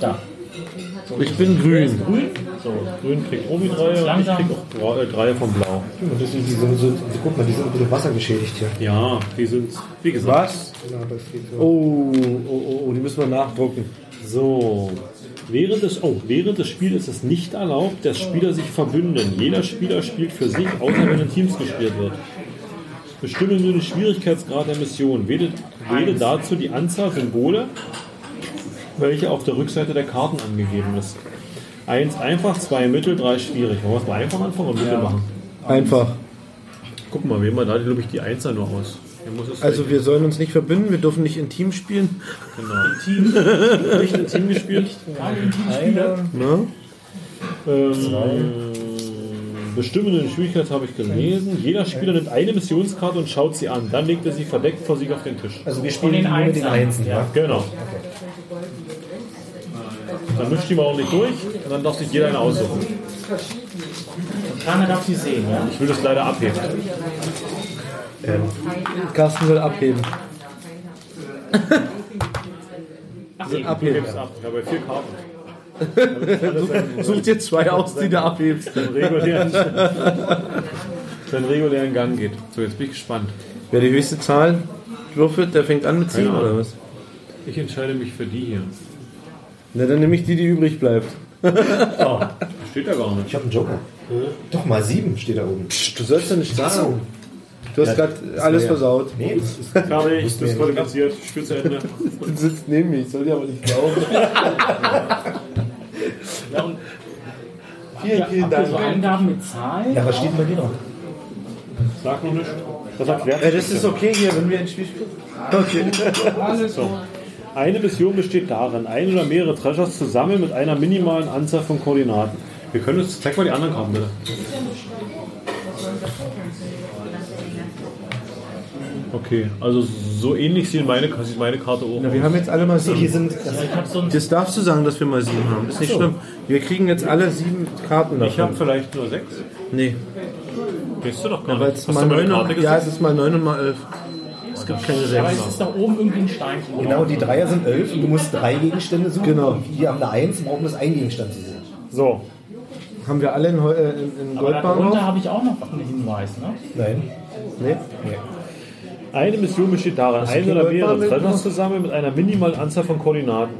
[SPEAKER 3] Da.
[SPEAKER 1] Ich bin grün.
[SPEAKER 3] Grün.
[SPEAKER 2] So, grün kriegt Obi drei und ich
[SPEAKER 3] Langsam.
[SPEAKER 2] krieg auch Bra- äh, drei von Blau.
[SPEAKER 7] Und das sind, die sind so, also guck mal, die sind ein bisschen wassergeschädigt hier.
[SPEAKER 2] Ja, die sind, wie gesagt.
[SPEAKER 1] Was?
[SPEAKER 7] Ja, das geht so.
[SPEAKER 1] Oh, oh, oh, oh, die müssen wir nachdrucken.
[SPEAKER 2] So. Während des, oh, während des Spiels ist es nicht erlaubt, dass Spieler sich verbünden. Jeder Spieler spielt für sich, außer wenn in Teams gespielt wird. Bestimme nur den Schwierigkeitsgrad der Mission. Wähle, wähle dazu die Anzahl Symbole, welche auf der Rückseite der Karten angegeben ist. Eins einfach, zwei mittel, drei schwierig. Wollen wir es mal einfach anfangen und mittel machen?
[SPEAKER 1] Einfach.
[SPEAKER 2] Guck mal, wählen wir da, glaube ich, die Einser nur aus. Hier muss es
[SPEAKER 1] Also wir sollen uns nicht verbünden, wir dürfen nicht intim spielen.
[SPEAKER 2] genau. nicht ein Team gespielt.
[SPEAKER 1] Ne?
[SPEAKER 2] Ähm, bestimmende Schwierigkeit habe ich gelesen. Jeder Spieler nimmt eine Missionskarte und schaut sie an. Dann legt er sie verdeckt vor sich auf den Tisch.
[SPEAKER 7] Also wir spielen
[SPEAKER 3] den
[SPEAKER 7] nur mit den
[SPEAKER 3] Einsen,
[SPEAKER 7] Einsen.
[SPEAKER 3] ja.
[SPEAKER 7] Ja.
[SPEAKER 2] Genau. Dann mischt die mal auch nicht durch und dann darf sich jeder eine aussuchen.
[SPEAKER 3] Keiner darf sie sehen, ja?
[SPEAKER 2] Ich will das leider abheben.
[SPEAKER 1] Carsten soll abheben.
[SPEAKER 3] Ach,
[SPEAKER 2] Du hebst ab. Ich habe ja vier Karten.
[SPEAKER 1] Such dir zwei aus, die du abhebst.
[SPEAKER 2] Seinen regulären,
[SPEAKER 7] (laughs)
[SPEAKER 2] seinen regulären Gang geht. So, jetzt bin ich gespannt.
[SPEAKER 1] Wer die höchste Zahl würfelt, der fängt an mit ziehen,
[SPEAKER 2] Keine Ahnung.
[SPEAKER 1] oder was?
[SPEAKER 2] Ich entscheide mich für die hier.
[SPEAKER 1] Na, dann nehme ich die, die übrig bleibt.
[SPEAKER 2] Oh, Steht da gar nicht.
[SPEAKER 7] Ich habe einen Joker. Doch mal sieben steht da oben.
[SPEAKER 1] Du sollst ja nicht sagen. Du hast
[SPEAKER 7] Ja,
[SPEAKER 1] gerade alles
[SPEAKER 7] ja.
[SPEAKER 1] versaut.
[SPEAKER 7] Nee, das ist
[SPEAKER 2] Fertig, das ist qualifiziert. Spiel zu Ende.
[SPEAKER 1] Du sitzt neben mir, ich soll dir aber nicht (laughs) glauben. vielen, vielen
[SPEAKER 3] Habt ihr so
[SPEAKER 1] Dank.
[SPEAKER 3] Angaben Also mit Zahlen?
[SPEAKER 7] Ja, was steht bei dir noch?
[SPEAKER 2] Sag noch nicht. Das erklärt
[SPEAKER 1] Ja, Äh, das ist okay hier, wenn wir ein Spiel spielen. Okay.
[SPEAKER 5] Alles
[SPEAKER 2] So. Eine Mission besteht darin, ein oder mehrere Treasures zusammen mit einer minimalen Anzahl von Koordinaten. Wir können uns. Zeig mal die anderen Karten, bitte. Okay, also so ähnlich sieht meine, sieht meine Karte auch.
[SPEAKER 1] Wir haben jetzt alle mal sieben.
[SPEAKER 7] Hier sind
[SPEAKER 3] Ich habe so ein
[SPEAKER 1] Das darfst du sagen, dass wir mal sieben haben. Ist nicht schlimm. Wir kriegen jetzt alle sieben Karten davon.
[SPEAKER 2] Ich habe vielleicht nur sechs.
[SPEAKER 1] nee,
[SPEAKER 2] Weißt du doch gar
[SPEAKER 1] weil
[SPEAKER 2] nicht.
[SPEAKER 1] es mal neun und, ja, es
[SPEAKER 2] gesehen?
[SPEAKER 1] ist mal neun und mal elf. Es gibt keine
[SPEAKER 3] aber
[SPEAKER 2] genau.
[SPEAKER 1] sechs.
[SPEAKER 3] es ist da oben irgendwie ein Steinchen.
[SPEAKER 7] genau die Dreier sind elf und du musst drei Gegenstände suchen.
[SPEAKER 1] Genau.
[SPEAKER 7] Wir haben eine Eins und brauchen das ein Gegenstand zu suchen.
[SPEAKER 2] So,
[SPEAKER 1] Haben wir alle in, Heu- äh, in, in
[SPEAKER 3] Aber
[SPEAKER 1] Goldbarren
[SPEAKER 3] darunter
[SPEAKER 1] noch?
[SPEAKER 3] habe ich auch noch einen Hinweis, ne?
[SPEAKER 7] Nein.
[SPEAKER 1] Nee.
[SPEAKER 2] Eine Mission besteht darin, ein
[SPEAKER 1] okay,
[SPEAKER 2] oder
[SPEAKER 1] Goldbarren
[SPEAKER 2] mehrere
[SPEAKER 1] mitgenommen?
[SPEAKER 2] Treasures zusammen mit einer minimalen Anzahl von Koordinaten.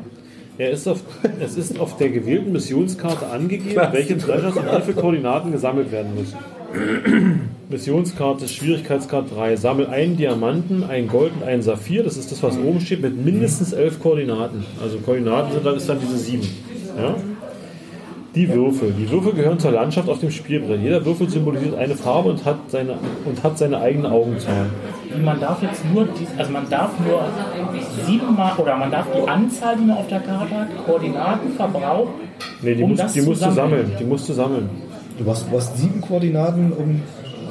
[SPEAKER 2] Er ist auf, es ist auf der gewählten Missionskarte angegeben, welche Treasures und wie viele Koordinaten gesammelt werden müssen. Missionskarte, Schwierigkeitsgrad 3. Sammel einen Diamanten, einen Gold und einen Saphir. Das ist das, was oben steht, mit mindestens elf Koordinaten. Also Koordinaten sind dann, ist dann diese sieben. Ja? Die Würfel. Die Würfel gehören zur Landschaft auf dem Spielbrett. Jeder Würfel symbolisiert eine Farbe und hat seine, und hat seine eigenen Augenzahlen.
[SPEAKER 3] Und man darf jetzt nur, dies, also man darf nur siebenmal, oder man darf die Anzahl, die man auf der Karte hat, Koordinaten verbrauchen.
[SPEAKER 2] Nee, die,
[SPEAKER 3] um
[SPEAKER 2] musst,
[SPEAKER 3] das
[SPEAKER 2] die musst
[SPEAKER 3] zu
[SPEAKER 2] du sammeln. Die musst du sammeln.
[SPEAKER 7] Du hast, du hast sieben Koordinaten, um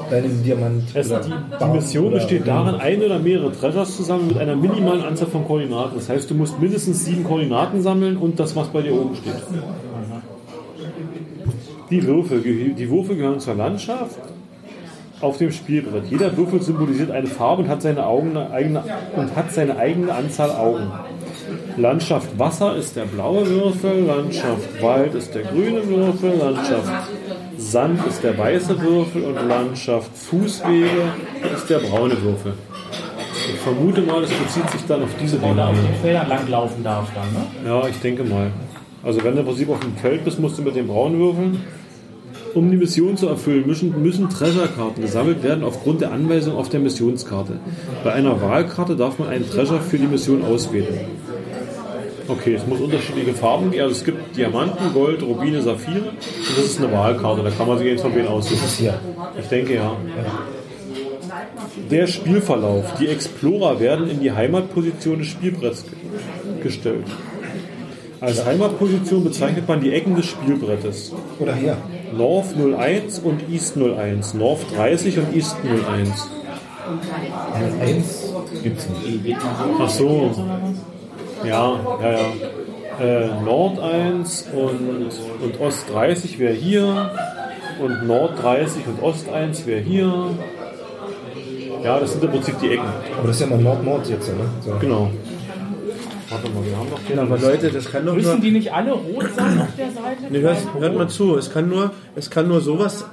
[SPEAKER 7] deinem Diamant.
[SPEAKER 3] Also
[SPEAKER 2] Es, die, die Mission besteht darin, ein oder mehrere Treasures zu sammeln mit einer minimalen Anzahl von Koordinaten. Das heißt, du musst mindestens sieben Koordinaten sammeln und das, was bei dir oben steht. Die Würfel, geh- die Würfel gehören zur Landschaft auf dem Spielbrett. Jeder Würfel symbolisiert eine Farbe und hat seine, Augen, eigene, und hat seine eigene Anzahl Augen. Landschaft Wasser ist der blaue Würfel, Landschaft Wald ist der grüne Würfel, Landschaft Sand ist der weiße Würfel und Landschaft Fußwege ist der braune Würfel. Ich vermute mal, es bezieht sich dann auf diese
[SPEAKER 3] Oder auf
[SPEAKER 2] Dinge.
[SPEAKER 3] den Feldern langlaufen darf dann, ne?
[SPEAKER 2] Ja, ich denke mal. Also wenn du im Prinzip auf dem Feld bist, musst du mit den braunen würfeln. Um die Mission zu erfüllen, müssen, müssen Treasure-Karten gesammelt werden aufgrund der Anweisung auf der Missionskarte. Bei einer Wahlkarte darf man einen Treasure für die Mission auswählen. Okay, es muss unterschiedliche Farben geben. Also es gibt Diamanten, Gold, Rubine, Saphire. Und das ist eine Wahlkarte, da kann man sich jetzt von wem aussuchen.
[SPEAKER 7] Hier.
[SPEAKER 2] Ich denke ja. Der Spielverlauf. Die Explorer werden in die Heimatposition des Spielbretts ge- gestellt. Als Heimatposition bezeichnet man die Ecken des Spielbrettes.
[SPEAKER 7] Oder her.
[SPEAKER 2] North 01 und East 01. North 30 und East 01.
[SPEAKER 7] Eins gibt's nicht.
[SPEAKER 2] Ach so. Ja, ja, ja. Äh, Nord 1 und, und Ost 30 wäre hier. Und Nord 30 und Ost 1 wäre hier. Ja, das sind im Prinzip die Ecken.
[SPEAKER 7] Aber das ist ja mal Nord-Nord jetzt, ne? So.
[SPEAKER 2] Genau. Warte mal, wir haben noch den.
[SPEAKER 1] Aber Leute, das kann doch nur.
[SPEAKER 3] Müssen die nicht alle rot sein auf der Seite?
[SPEAKER 1] Nee, hört, hört mal zu, es kann, nur, es kann nur sowas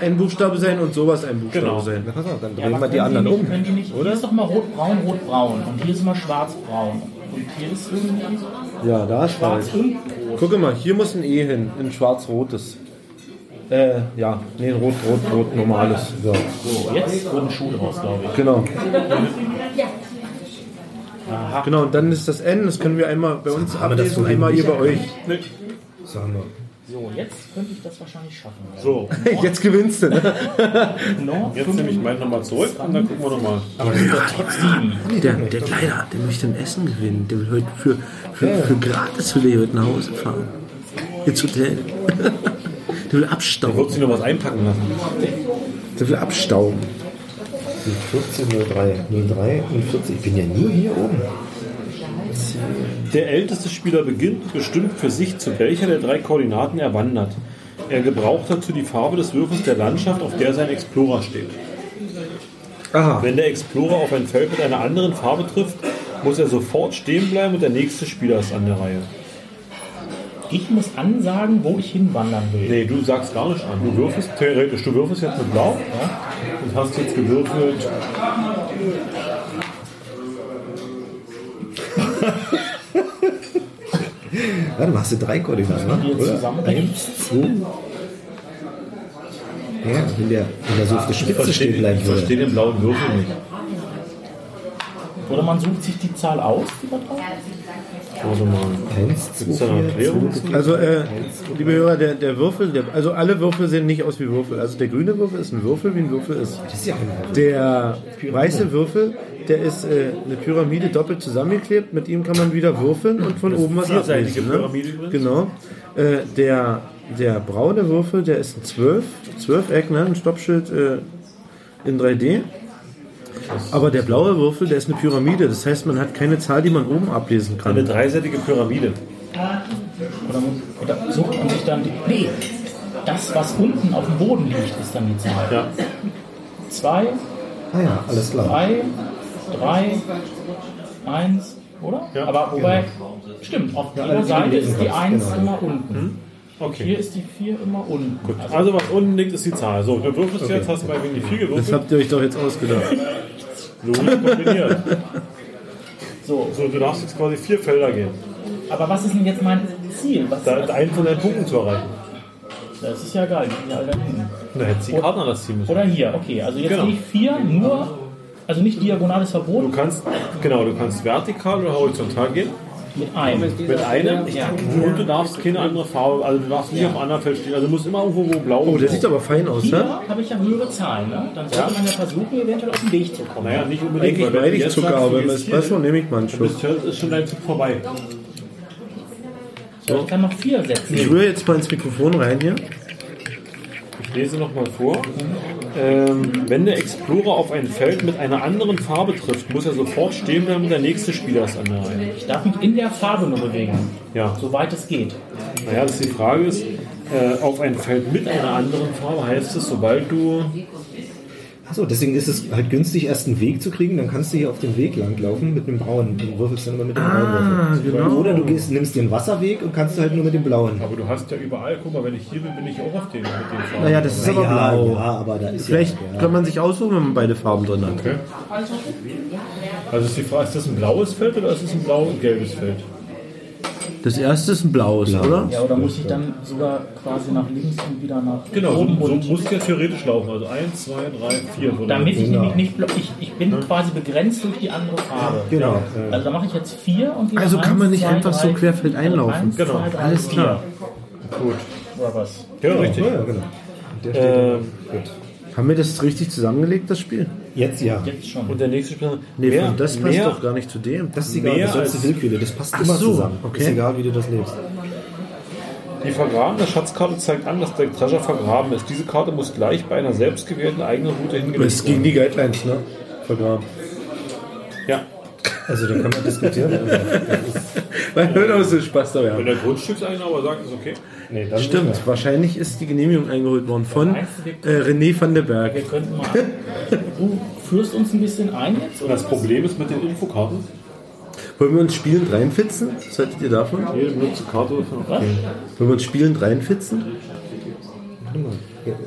[SPEAKER 1] ein Buchstabe sein und sowas ein Buchstabe
[SPEAKER 2] Genau.
[SPEAKER 1] sein.
[SPEAKER 7] Pass auf, dann
[SPEAKER 3] Ja,
[SPEAKER 7] drehen
[SPEAKER 3] aber
[SPEAKER 7] wir die
[SPEAKER 3] können
[SPEAKER 7] anderen
[SPEAKER 3] nicht,
[SPEAKER 7] um.
[SPEAKER 3] Können die nicht, Hier ist doch mal rot-braun, rot-braun. Und hier ist mal schwarz-braun. Und hier ist irgendwie
[SPEAKER 7] Ja, da ist falsch.
[SPEAKER 3] schwarz und
[SPEAKER 1] Gucke mal, hier muss ein E hin, ein schwarz-rotes. Äh, ja, nee, rot, rot, rot, normales.
[SPEAKER 7] So,
[SPEAKER 3] so. Oh, Jetzt wurden Schuh draus, glaube ich.
[SPEAKER 1] Genau. Genau, und dann ist das N, das können wir einmal bei uns
[SPEAKER 7] das
[SPEAKER 1] ablesen,
[SPEAKER 7] so
[SPEAKER 1] einmal hier bei euch.
[SPEAKER 7] sagen wir.
[SPEAKER 3] So, jetzt könnte ich das wahrscheinlich schaffen.
[SPEAKER 2] So,
[SPEAKER 1] Jetzt gewinnst du, ne?
[SPEAKER 3] Nord
[SPEAKER 2] jetzt nehme ich meinen nochmal zurück und dann gucken wir nochmal.
[SPEAKER 8] Nee, der, der Kleider, der möchte ein Essen gewinnen. Der will heute für, für, für gratis will er heute nach Hause fahren. Ins Hotel. (laughs) der will abstauben.
[SPEAKER 2] Wird sich noch was einpacken lassen?
[SPEAKER 8] Der will abstauben.
[SPEAKER 7] 1403, 03 und 40. Ich bin ja nie hier oben.
[SPEAKER 2] Der älteste Spieler beginnt, bestimmt für sich, zu welcher der drei Koordinaten er wandert. Er gebraucht dazu die Farbe des Würfels der Landschaft, auf der sein Explorer steht.
[SPEAKER 1] Aha.
[SPEAKER 2] Wenn der Explorer auf ein Feld mit einer anderen Farbe trifft, muss er sofort stehen bleiben und der nächste Spieler ist an der Reihe.
[SPEAKER 3] Ich muss ansagen, wo ich hinwandern will.
[SPEAKER 2] Nee, du sagst gar nicht an. Du würfelst theoretisch, du würfelst jetzt mit Blau ja? und hast jetzt gewürfelt.
[SPEAKER 7] Warte mal, hast du drei Koordinaten, ne?
[SPEAKER 3] Hier
[SPEAKER 7] Oder?
[SPEAKER 3] zusammen.
[SPEAKER 7] Eins, zwei. Ja, wenn der, wenn der so auf der Spitze stehen bleiben
[SPEAKER 2] ich
[SPEAKER 7] würde.
[SPEAKER 2] verstehe den blauen Würfel nicht.
[SPEAKER 3] Oder man sucht sich die Zahl aus, die da drauf
[SPEAKER 2] Warte Also mal.
[SPEAKER 7] Eins, zwei,
[SPEAKER 2] Gibt's da eine
[SPEAKER 7] vier,
[SPEAKER 2] Erklärung?
[SPEAKER 7] zwei,
[SPEAKER 1] Also, äh, liebe Hörer, der, der Würfel, der, also alle Würfel sehen nicht aus wie Würfel. Also der grüne Würfel ist ein Würfel, wie ein Würfel ist.
[SPEAKER 7] Das ist ja kein Würfel.
[SPEAKER 1] Der weiße Würfel, der ist äh, eine Pyramide doppelt zusammengeklebt. Mit ihm kann man wieder würfeln und von oben was
[SPEAKER 2] vierseitige
[SPEAKER 1] ablesen. Ne?
[SPEAKER 2] Pyramide übrigens.
[SPEAKER 1] Genau. Äh, der, der braune Würfel, der ist ein 12, 12 Eck, ne? ein Stoppschild äh, in 3D. Aber der blaue Würfel, der ist eine Pyramide. Das heißt, man hat keine Zahl, die man oben ablesen
[SPEAKER 2] Eine
[SPEAKER 1] kann.
[SPEAKER 2] dreiseitige Pyramide.
[SPEAKER 3] Oder, oder sucht man sich dann die. Nee, das, was unten auf dem Boden liegt, ist dann die Zahl.
[SPEAKER 2] Ja.
[SPEAKER 3] Zwei,
[SPEAKER 7] Ah ja, alles klar.
[SPEAKER 3] drei, drei, eins, oder?
[SPEAKER 2] Ja,
[SPEAKER 3] Aber wobei,
[SPEAKER 7] Genau.
[SPEAKER 3] stimmt, auf
[SPEAKER 7] also
[SPEAKER 3] jeder Seite ist die eins immer unten.
[SPEAKER 2] Okay.
[SPEAKER 3] Hier ist die vier immer unten. Also,
[SPEAKER 2] Also was unten liegt, ist die Zahl. So, du würfelst jetzt, hast mal wegen die 4
[SPEAKER 1] Das
[SPEAKER 2] gewürfelt.
[SPEAKER 1] habt ihr euch doch jetzt ausgedacht.
[SPEAKER 2] Logisch kombiniert.
[SPEAKER 3] so,
[SPEAKER 2] So, du darfst jetzt quasi vier Felder gehen.
[SPEAKER 3] aber was ist denn jetzt mein Ziel? Was,
[SPEAKER 2] Da einen von deinen Punkten zu erreichen.
[SPEAKER 3] das ist ja geil. die sind ja alle da hinten.
[SPEAKER 2] Da hättest du die Karten anders ziehen müssen.
[SPEAKER 3] Oder hier, okay. Also jetzt
[SPEAKER 2] Genau.
[SPEAKER 3] nicht vier, nur, also nicht diagonales
[SPEAKER 2] Du
[SPEAKER 3] Verbot
[SPEAKER 2] kannst, genau, du kannst vertikal oder horizontal gehen.
[SPEAKER 3] mit einem.
[SPEAKER 2] Mit einem. Ich, und du darfst keine andere Farbe, also du darfst nicht auf einem anderen Feld stehen. Also du musst immer irgendwo, wo blau
[SPEAKER 1] Oh, der sieht aber fein aus, ne?
[SPEAKER 3] Hier habe ich ja höhere Zahlen. Ne? Dann sollte man ja versuchen, eventuell auf den Weg zu kommen.
[SPEAKER 2] Naja, nicht unbedingt.
[SPEAKER 1] Eigentlich
[SPEAKER 2] weil wenn
[SPEAKER 1] meide
[SPEAKER 2] du
[SPEAKER 1] ich
[SPEAKER 2] jetzt
[SPEAKER 1] Zucker,
[SPEAKER 2] sagst, du
[SPEAKER 1] aber im
[SPEAKER 2] gehst hier
[SPEAKER 1] Espresso
[SPEAKER 2] hin,
[SPEAKER 1] nehme ich mal einen
[SPEAKER 2] dann
[SPEAKER 1] Schluck.
[SPEAKER 2] bist du- ist schon dein Zug vorbei.
[SPEAKER 3] Ich kann noch vier setzen.
[SPEAKER 1] Ich rühre jetzt mal ins Mikrofon rein hier.
[SPEAKER 2] Ich Ich lese nochmal vor. Ähm, wenn der Explorer auf ein Feld mit einer anderen Farbe trifft, muss er sofort stehen bleiben, der nächste Spieler ist an der Reihe.
[SPEAKER 3] Ich darf mich in der Farbe nur bewegen,
[SPEAKER 2] Ja.
[SPEAKER 3] soweit es geht.
[SPEAKER 2] Naja, das ist die Frage ist, äh, auf ein Feld mit einer anderen Farbe heißt es, sobald du.
[SPEAKER 7] Achso, deswegen ist es halt günstig, erst einen Weg zu kriegen, dann kannst du hier auf dem Weg langlaufen mit einem braunen. Dann würfelst du dann immer mit dem braunen Würfel. Oder du gehst, nimmst dir einen Wasserweg und kannst du halt nur mit dem blauen.
[SPEAKER 2] Aber du hast ja überall, guck mal, wenn ich hier bin, bin ich auch auf dem mit den Farben.
[SPEAKER 1] Naja, das ist
[SPEAKER 7] Ja,
[SPEAKER 1] aber blau.
[SPEAKER 7] ja, aber da ist
[SPEAKER 1] Vielleicht
[SPEAKER 7] ja,
[SPEAKER 1] kann man sich aussuchen, wenn man beide Farben drin hat.
[SPEAKER 2] Okay. Also ist die Frage, ist das ein blaues Feld oder ist es ein blau und gelbes Feld?
[SPEAKER 1] Das erste ist ein blaues, oder?
[SPEAKER 3] Ja, oder muss ich dann sogar quasi nach links und wieder nach
[SPEAKER 2] Genau, so,
[SPEAKER 3] oben
[SPEAKER 2] so
[SPEAKER 3] und
[SPEAKER 2] musst du ja theoretisch laufen. Also 1, 2, 3, 4. Würde
[SPEAKER 3] damit ich
[SPEAKER 7] Genau.
[SPEAKER 3] nämlich nicht blo- ich, ich
[SPEAKER 2] Hm.
[SPEAKER 3] bin quasi begrenzt durch die andere Farbe.
[SPEAKER 7] Genau.
[SPEAKER 3] Also da mache ich jetzt vier und wieder
[SPEAKER 1] Also kann man
[SPEAKER 3] eins,
[SPEAKER 1] nicht
[SPEAKER 3] zwei,
[SPEAKER 1] einfach so
[SPEAKER 3] drei, also
[SPEAKER 1] querfeld einlaufen.
[SPEAKER 3] eins,
[SPEAKER 2] Genau.
[SPEAKER 3] zwei, drei,
[SPEAKER 1] Alles
[SPEAKER 3] vier.
[SPEAKER 1] klar.
[SPEAKER 2] Gut.
[SPEAKER 3] Oder was?
[SPEAKER 2] Ja, richtig.
[SPEAKER 7] Ja, ja, genau. Und der steht
[SPEAKER 2] Ähm,
[SPEAKER 1] Haben wir das richtig zusammengelegt, das Spiel?
[SPEAKER 7] jetzt ja.
[SPEAKER 3] Jetzt schon.
[SPEAKER 2] und der nächste Spieler.
[SPEAKER 1] Nee,
[SPEAKER 2] mehr,
[SPEAKER 1] das passt
[SPEAKER 2] mehr,
[SPEAKER 1] doch gar nicht zu dem.
[SPEAKER 7] Das ist egal,
[SPEAKER 2] Mehr
[SPEAKER 7] das ist
[SPEAKER 2] als-
[SPEAKER 7] die Willkühle, das passt
[SPEAKER 1] Ach
[SPEAKER 7] immer
[SPEAKER 1] so,
[SPEAKER 7] zusammen.
[SPEAKER 1] okay.
[SPEAKER 7] Ist egal, wie du das lebst.
[SPEAKER 2] Die vergrabene Schatzkarte zeigt an, dass der Treasure vergraben ist. Diese Karte muss gleich bei einer selbstgewählten eigenen Route hingelegt werden.
[SPEAKER 7] die Guidelines, ne? Vergraben.
[SPEAKER 2] Ja.
[SPEAKER 7] Also da kann man diskutieren. aber (laughs) das ist-
[SPEAKER 1] Weil hört auch so Spaß dabei
[SPEAKER 2] Wenn
[SPEAKER 1] haben.
[SPEAKER 2] der Grundstückseigner aber sagt, ist okay.
[SPEAKER 7] nee, dann
[SPEAKER 1] Stimmt, wahrscheinlich ist die Genehmigung eingeholt worden von äh, René van der Berg.
[SPEAKER 3] Wir könnten mal. (laughs) Du führst uns ein bisschen ein jetzt?
[SPEAKER 2] Und das Problem ist mit den Infokarten.
[SPEAKER 1] Wollen wir uns spielend reinfitzen? Was haltet ihr davon?
[SPEAKER 2] Jede benutzte Karte.
[SPEAKER 1] Wollen wir uns spielend reinfitzen?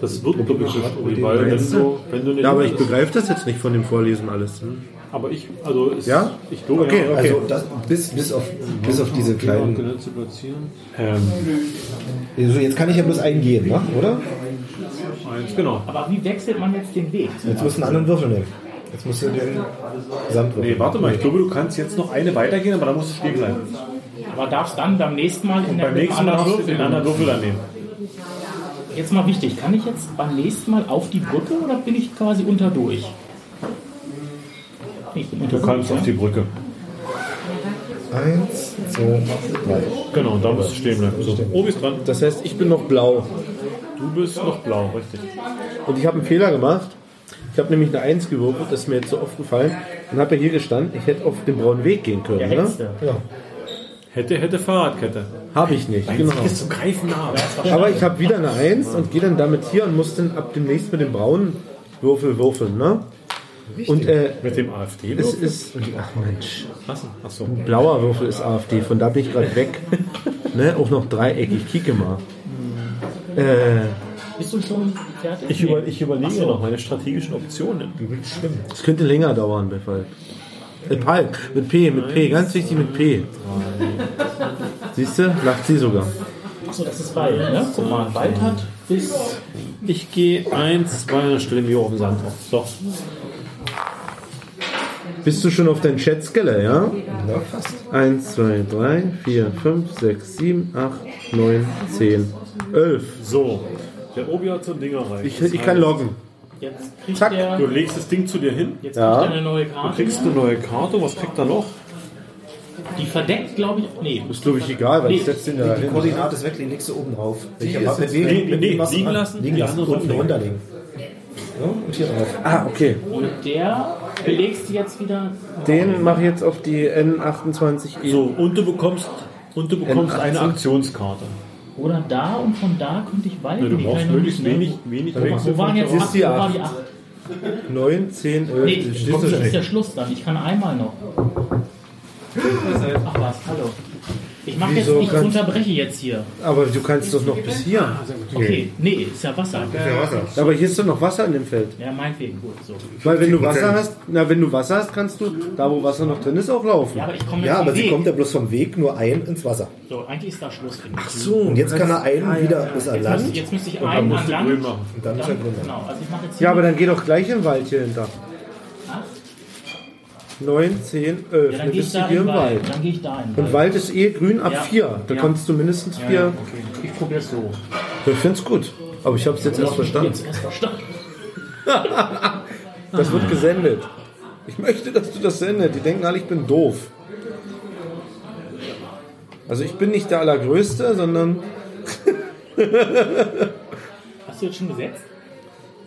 [SPEAKER 2] Das wird glaube ich nicht, irgendwie, weil wenn du, wenn du nicht.
[SPEAKER 1] Ja, aber ich begreife das jetzt nicht von dem Vorlesen alles. ne?
[SPEAKER 2] Aber ich, also ist,
[SPEAKER 1] Ja?
[SPEAKER 2] ich glaube,
[SPEAKER 1] Okay,
[SPEAKER 2] ja,
[SPEAKER 1] okay.
[SPEAKER 7] Also das, bis, bis, auf, bis auf diese kleinen.
[SPEAKER 2] genau zu platzieren. Ähm,
[SPEAKER 7] Also jetzt kann ich ja bloß einen gehen, ne? oder?
[SPEAKER 2] eins, genau.
[SPEAKER 3] Aber wie wechselt man jetzt den Weg?
[SPEAKER 7] Jetzt musst du einen anderen Würfel nehmen. Jetzt musst du den Gesamtwürfel.
[SPEAKER 2] Nee, warte mal, ich glaube, du kannst jetzt noch eine weitergehen, aber da musst du stehen bleiben.
[SPEAKER 3] Aber darfst dann beim nächsten Mal in der
[SPEAKER 2] Beim nächsten Mal darfst du den anderen Würfel dann nehmen.
[SPEAKER 3] Jetzt mal wichtig, kann ich jetzt beim nächsten Mal auf die Brücke oder bin ich quasi unterdurch? Ich bin
[SPEAKER 2] Du
[SPEAKER 3] unterdurch.
[SPEAKER 2] kannst auf die Brücke.
[SPEAKER 7] Eins, zwei, drei.
[SPEAKER 2] Genau, da musst du stehen bleiben. So, Obi ist dran.
[SPEAKER 1] Das heißt, ich bin noch blau.
[SPEAKER 2] Du bist noch blau, richtig.
[SPEAKER 1] Und ich habe einen Fehler gemacht. Ich habe nämlich eine 1 gewürfelt, das ist mir jetzt so aufgefallen. Und habe ja hier gestanden, ich hätte auf den braunen Weg gehen können.
[SPEAKER 3] Der
[SPEAKER 1] ne?
[SPEAKER 3] Hexte.
[SPEAKER 2] Hätte, hätte Fahrradkette.
[SPEAKER 1] Habe ich nicht, genau.
[SPEAKER 2] zum Greifen nah.
[SPEAKER 1] Aber ich habe wieder eine 1 und gehe dann damit hier und muss dann ab demnächst mit dem braunen Würfel würfeln. Ne? Und äh,
[SPEAKER 2] Mit dem AfD?
[SPEAKER 1] es ist. Ach Mensch.
[SPEAKER 2] Achso.
[SPEAKER 1] Ein blauer Würfel ist AfD, von da bin ich gerade
[SPEAKER 7] (laughs)
[SPEAKER 1] weg. ne? Auch noch dreieckig, kicke mal.
[SPEAKER 7] Mhm.
[SPEAKER 1] Äh,
[SPEAKER 3] Bist du schon fertig?
[SPEAKER 2] Ich, über, ich überlege noch meine strategischen Optionen.
[SPEAKER 1] es könnte länger dauern bei Falk. Äh, Palk, mit P, mit P, ganz wichtig mit P. Siehst du, lacht sie sogar.
[SPEAKER 3] Achso, das ist Wald, ne? Guck mal, Wald hat bis.
[SPEAKER 2] Ich gehe eins, zwei und dann stelle mich auf den Sand drauf. So.
[SPEAKER 1] Bist du schon auf deinen Schätzkeller, ja? Ja, fast. 1, 2, 3, 4, 5, 6, 7, 8, 9, 10, 11.
[SPEAKER 2] So. Der Obi hat so ein Ding erreicht.
[SPEAKER 1] Ich,
[SPEAKER 2] Das
[SPEAKER 1] ich kann
[SPEAKER 2] heißt,
[SPEAKER 1] loggen.
[SPEAKER 3] Jetzt kriegt
[SPEAKER 1] Zack.
[SPEAKER 2] Du
[SPEAKER 3] der.
[SPEAKER 2] legst das Ding zu dir hin.
[SPEAKER 3] Jetzt
[SPEAKER 1] Ja.
[SPEAKER 3] kriegt er eine neue
[SPEAKER 2] Du
[SPEAKER 3] Karte.
[SPEAKER 2] kriegst eine neue Karte. Was kriegt er noch?
[SPEAKER 3] Die verdeckt, glaube ich. Nee.
[SPEAKER 1] Ist, glaube ich, egal, weil ich
[SPEAKER 3] Nee.
[SPEAKER 1] setze den ja
[SPEAKER 7] Die
[SPEAKER 1] hin.
[SPEAKER 7] Koordinate ist weg, die nächste oben drauf. Ich
[SPEAKER 1] ist
[SPEAKER 7] habe
[SPEAKER 1] jetzt-
[SPEAKER 7] bewegt,
[SPEAKER 2] Nee, nee,
[SPEAKER 7] mit dem was
[SPEAKER 2] liegen
[SPEAKER 7] dran.
[SPEAKER 2] lassen,
[SPEAKER 7] Liegen
[SPEAKER 2] die
[SPEAKER 7] lassen,
[SPEAKER 2] andere
[SPEAKER 7] unten
[SPEAKER 2] drauf.
[SPEAKER 7] runterlegen. Ja, und hier drauf.
[SPEAKER 1] Ah, okay.
[SPEAKER 3] Und der belegst du jetzt wieder.
[SPEAKER 1] Den mache ich jetzt auf die Ah, N28E.
[SPEAKER 2] So, und du bekommst, und du bekommst eine Aktionskarte.
[SPEAKER 3] Oder da und von da könnte ich Wald
[SPEAKER 2] Ja, du
[SPEAKER 3] nehmen.
[SPEAKER 2] brauchst
[SPEAKER 3] Kann ich noch
[SPEAKER 2] möglichst
[SPEAKER 3] nicht
[SPEAKER 2] wenig,
[SPEAKER 3] mehr-
[SPEAKER 2] wenig
[SPEAKER 3] Wo waren jetzt
[SPEAKER 1] Ist
[SPEAKER 3] acht?
[SPEAKER 1] die
[SPEAKER 3] Wo war
[SPEAKER 1] acht?
[SPEAKER 3] die acht?
[SPEAKER 1] 9, 10, 11.
[SPEAKER 3] Nee,
[SPEAKER 1] das
[SPEAKER 3] das
[SPEAKER 1] steht so
[SPEAKER 3] ist
[SPEAKER 1] schlecht.
[SPEAKER 3] der Schluss dann. Ich kann einmal noch. Ach was, hallo. Ich mache jetzt
[SPEAKER 1] Wieso
[SPEAKER 3] nichts,
[SPEAKER 1] kannst-
[SPEAKER 3] unterbreche jetzt hier.
[SPEAKER 1] Aber du kannst doch noch bis hier.
[SPEAKER 3] Okay, nee, ist ja Wasser.
[SPEAKER 1] Aber hier ist doch noch Wasser in dem Feld.
[SPEAKER 3] Ja, meinetwegen, gut. So.
[SPEAKER 1] Weil wenn du Wasser hast, na wenn du Wasser hast, kannst du da wo Wasser noch drin ist auch laufen.
[SPEAKER 3] Ja, aber ich komme jetzt
[SPEAKER 7] Ja, aber
[SPEAKER 3] den
[SPEAKER 7] sie
[SPEAKER 3] Weg.
[SPEAKER 7] kommt ja bloß vom Weg nur ein ins Wasser.
[SPEAKER 3] So, eigentlich ist da Schluss. finde ich.
[SPEAKER 1] so, ah,
[SPEAKER 7] Und jetzt kann er einen wieder bis
[SPEAKER 3] Jetzt
[SPEAKER 7] an
[SPEAKER 3] müsste,
[SPEAKER 7] Land.
[SPEAKER 3] jetzt müsste ich einen an
[SPEAKER 2] Grün
[SPEAKER 3] Land.
[SPEAKER 2] machen.
[SPEAKER 7] Und dann ist er
[SPEAKER 3] Dann,
[SPEAKER 7] drin.
[SPEAKER 3] genau, also ich mache jetzt hier
[SPEAKER 1] Ja, aber dann geh doch gleich in den Wald hier hinter.
[SPEAKER 3] acht.
[SPEAKER 1] 9, 10, 11.
[SPEAKER 3] Ja,
[SPEAKER 1] dann
[SPEAKER 3] dann gehe ich
[SPEAKER 1] bist
[SPEAKER 3] da
[SPEAKER 1] du hier
[SPEAKER 3] in
[SPEAKER 1] im
[SPEAKER 3] den Wald.
[SPEAKER 1] Wald.
[SPEAKER 3] Dann gehe ich da in den
[SPEAKER 1] Und Wald ist eh grün ab
[SPEAKER 3] Ja.
[SPEAKER 1] 4. Da
[SPEAKER 3] Ja.
[SPEAKER 1] kommst du mindestens
[SPEAKER 3] Ja,
[SPEAKER 1] 4.
[SPEAKER 3] Ah ja, okay. Ich probiere es so.
[SPEAKER 1] Ich find's gut. Aber ich hab's jetzt erst verstanden.
[SPEAKER 3] Jetzt erst verstanden.
[SPEAKER 1] Das wird gesendet. Ich möchte, dass du das sendet. Die denken alle, ich bin doof. Also ich bin nicht der Allergrößte, sondern
[SPEAKER 3] Hast du jetzt schon gesetzt?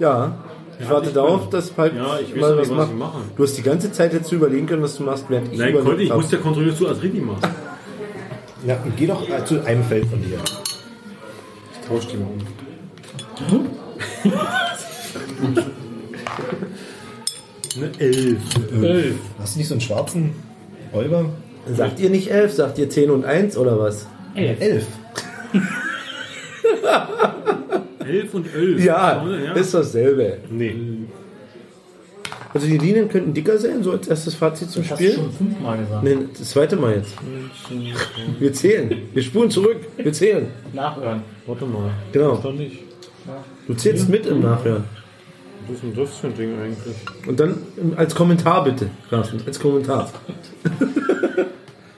[SPEAKER 1] Ja. Ich warte
[SPEAKER 2] ich
[SPEAKER 1] darauf,
[SPEAKER 2] bin-
[SPEAKER 1] dass halt
[SPEAKER 2] Ja, ich weiß
[SPEAKER 1] mal
[SPEAKER 2] aber,
[SPEAKER 1] was
[SPEAKER 2] was
[SPEAKER 1] macht.
[SPEAKER 2] ich mache.
[SPEAKER 1] Du hast die ganze Zeit jetzt zu überlegen können, was du machst, während ich
[SPEAKER 2] Nein,
[SPEAKER 1] überlegt
[SPEAKER 2] konnte ich, ich
[SPEAKER 1] habe.
[SPEAKER 2] musste ja kontrollieren, dass du Adridi machst.
[SPEAKER 7] Ja, und geh doch äh, zu einem Feld von dir.
[SPEAKER 2] Ich tausche die mal um.
[SPEAKER 7] (laughs)
[SPEAKER 2] Eine Elf.
[SPEAKER 3] Elf.
[SPEAKER 7] Hast du nicht so einen schwarzen Räuber?
[SPEAKER 1] Sagt ihr nicht 11, sagt ihr 10 und 1 oder was?
[SPEAKER 3] Elf.
[SPEAKER 1] Äh,
[SPEAKER 7] Elf.
[SPEAKER 2] Elf und elf.
[SPEAKER 1] Ja,
[SPEAKER 2] ja.
[SPEAKER 1] ist dasselbe.
[SPEAKER 2] Nee.
[SPEAKER 1] Also die Linien könnten dicker sein, so als erstes Fazit zum
[SPEAKER 3] Hast du
[SPEAKER 1] Spiel.
[SPEAKER 3] schon fünfmal gesagt.
[SPEAKER 1] Nee, das zweite Mal jetzt. Wir zählen. Wir spulen zurück. Wir zählen.
[SPEAKER 3] Nachhören.
[SPEAKER 2] Warte mal.
[SPEAKER 1] Genau.
[SPEAKER 2] Ist doch nicht.
[SPEAKER 1] Du zählst mit im Nachhören.
[SPEAKER 2] Was ist denn das für ein Ding eigentlich?
[SPEAKER 1] Und dann
[SPEAKER 7] ähm,
[SPEAKER 1] als Kommentar bitte, Carsten. Als Kommentar.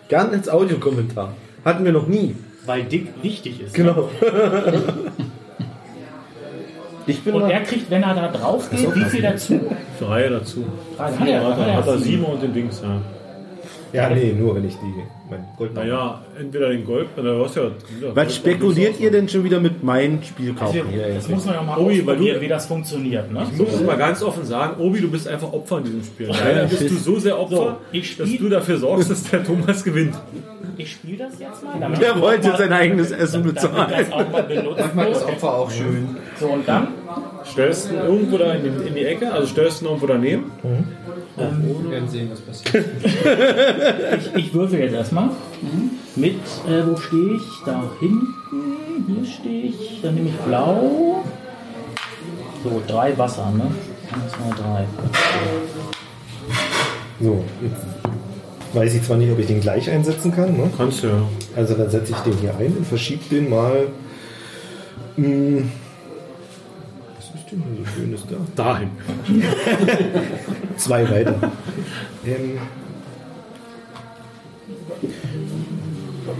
[SPEAKER 1] Gern als Audiokommentar. Hatten wir noch nie.
[SPEAKER 3] Weil Dick wichtig ist.
[SPEAKER 1] Genau. Ich bin
[SPEAKER 3] Und
[SPEAKER 1] mal.
[SPEAKER 3] er kriegt, wenn er da drauf geht, wie viel dazu?
[SPEAKER 2] Drei dazu.
[SPEAKER 3] Drei, hat er,
[SPEAKER 2] Hat er, hat er
[SPEAKER 3] sieben.
[SPEAKER 2] sieben und den Dings, ja.
[SPEAKER 7] Ja, nee, nur wenn ich die. Mein Gold
[SPEAKER 2] Naja, entweder den Gold, oder du hast ja.
[SPEAKER 1] Was spekuliert ihr denn schon wieder mit meinen Spielkarten? hier
[SPEAKER 3] Das
[SPEAKER 1] jetzt?
[SPEAKER 3] muss man ja mal
[SPEAKER 2] Obi, weil
[SPEAKER 3] ausprobieren,
[SPEAKER 2] du-
[SPEAKER 3] wie das funktioniert. Ne?
[SPEAKER 2] Ich muss es mal ganz offen sagen, Obi, du bist einfach Opfer in diesem Spiel. Leider bist du so sehr Opfer,
[SPEAKER 3] ich spiel-
[SPEAKER 2] dass du dafür sorgst, dass der Thomas gewinnt.
[SPEAKER 3] Ich spiele das jetzt mal. Damit
[SPEAKER 1] Der
[SPEAKER 3] ich
[SPEAKER 1] wollte
[SPEAKER 3] auch mal-
[SPEAKER 1] sein eigenes Essen
[SPEAKER 3] damit
[SPEAKER 1] bezahlen.
[SPEAKER 3] Das auch mal benutzt
[SPEAKER 4] Manchmal ist
[SPEAKER 3] wird.
[SPEAKER 4] Opfer auch schön.
[SPEAKER 3] So, und dann
[SPEAKER 2] Stellst ihn irgendwo da in die, in die Ecke, also stellst ihn irgendwo daneben.
[SPEAKER 4] Wir werden sehen, was passiert.
[SPEAKER 3] Ich würfel jetzt erstmal. Mit, äh, wo stehe ich? Da hinten. Hier stehe ich. Dann nehme ich blau. So, drei Wasser, ne? Eins, zwei, drei.
[SPEAKER 7] So, jetzt weiß ich zwar nicht, ob ich den gleich einsetzen kann. Ne?
[SPEAKER 2] Kannst du ja.
[SPEAKER 7] Also dann setze ich den hier ein und verschiebe den mal. Hm, was ist denn hier so schönes da?
[SPEAKER 2] Dahin.
[SPEAKER 7] Zwei (laughs) weiter. ähm,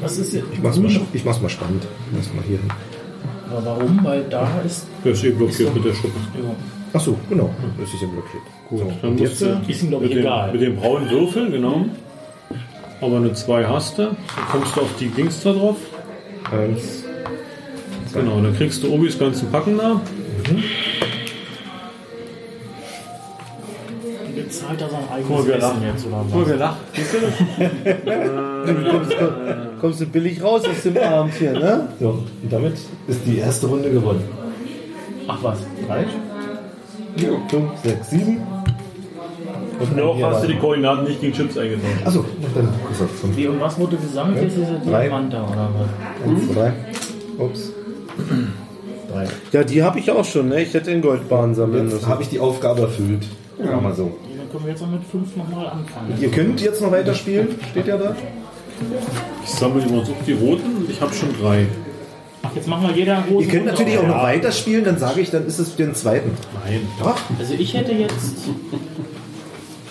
[SPEAKER 3] Was ist hier?
[SPEAKER 7] ich, mach's mal, sch- ich mach's mal spannend. Ich mach's mal hier hin.
[SPEAKER 3] Aber warum? Weil da ist.
[SPEAKER 2] Der ist eh blockiert mit der Schuppe.
[SPEAKER 3] Ja.
[SPEAKER 7] Achso, genau. Das ist ja blockiert. Gut. So,
[SPEAKER 2] Dann
[SPEAKER 7] und
[SPEAKER 2] musst
[SPEAKER 7] jetzt,
[SPEAKER 2] du
[SPEAKER 3] Ist ihm, glaube ich,
[SPEAKER 2] mit,
[SPEAKER 3] egal.
[SPEAKER 2] den, mit den braunen Würfeln, genau. Aber eine 2 hast du. Dann kommst du auf die Dings da drauf.
[SPEAKER 7] eins,
[SPEAKER 2] Genau, dann kriegst du Obis ganzen Packen da.
[SPEAKER 3] Bezahlt er sein eigenes
[SPEAKER 2] Guck mal, wir
[SPEAKER 3] Essen
[SPEAKER 2] lachen
[SPEAKER 3] jetzt oder
[SPEAKER 2] Nur
[SPEAKER 3] was?
[SPEAKER 2] gelacht. Siehst du?
[SPEAKER 3] (laughs)
[SPEAKER 7] Äh,
[SPEAKER 1] Kommst du billig raus aus dem Abend hier, ne?
[SPEAKER 7] so, und damit ist die erste Runde gewonnen.
[SPEAKER 3] Ach was.
[SPEAKER 7] Drei, fünf, sechs, sieben. Und
[SPEAKER 2] Noch
[SPEAKER 7] hier
[SPEAKER 2] hast du die
[SPEAKER 7] rein.
[SPEAKER 2] Koordinaten nicht gegen Chips eingetauscht.
[SPEAKER 7] Achso, dann gesagt, fünf.
[SPEAKER 3] Wie und was wurde gesammelt? Jetzt ist er
[SPEAKER 7] Drei.
[SPEAKER 3] Diamant da oder was?
[SPEAKER 7] Eins, zwei, drei. Ups. Drei.
[SPEAKER 1] Ja, die habe ich auch schon, ne? Ich hätte in Goldbahn sammeln
[SPEAKER 7] Jetzt
[SPEAKER 1] müssen.
[SPEAKER 7] habe ich die Aufgabe erfüllt. Ja. Mal so.
[SPEAKER 3] Dann können wir jetzt auch mit fünf nochmal anfangen.
[SPEAKER 7] Ihr könnt jetzt noch weiterspielen, steht ja da.
[SPEAKER 2] Ich sammle immer so die roten und ich habe schon drei.
[SPEAKER 3] Ach, jetzt machen wir jeder einen roten
[SPEAKER 7] Ihr könnt
[SPEAKER 3] Hund
[SPEAKER 7] natürlich
[SPEAKER 3] auf.
[SPEAKER 7] auch noch weiterspielen, dann sage ich, dann ist es für den zweiten.
[SPEAKER 2] Nein.
[SPEAKER 7] Doch.
[SPEAKER 3] Also ich hätte jetzt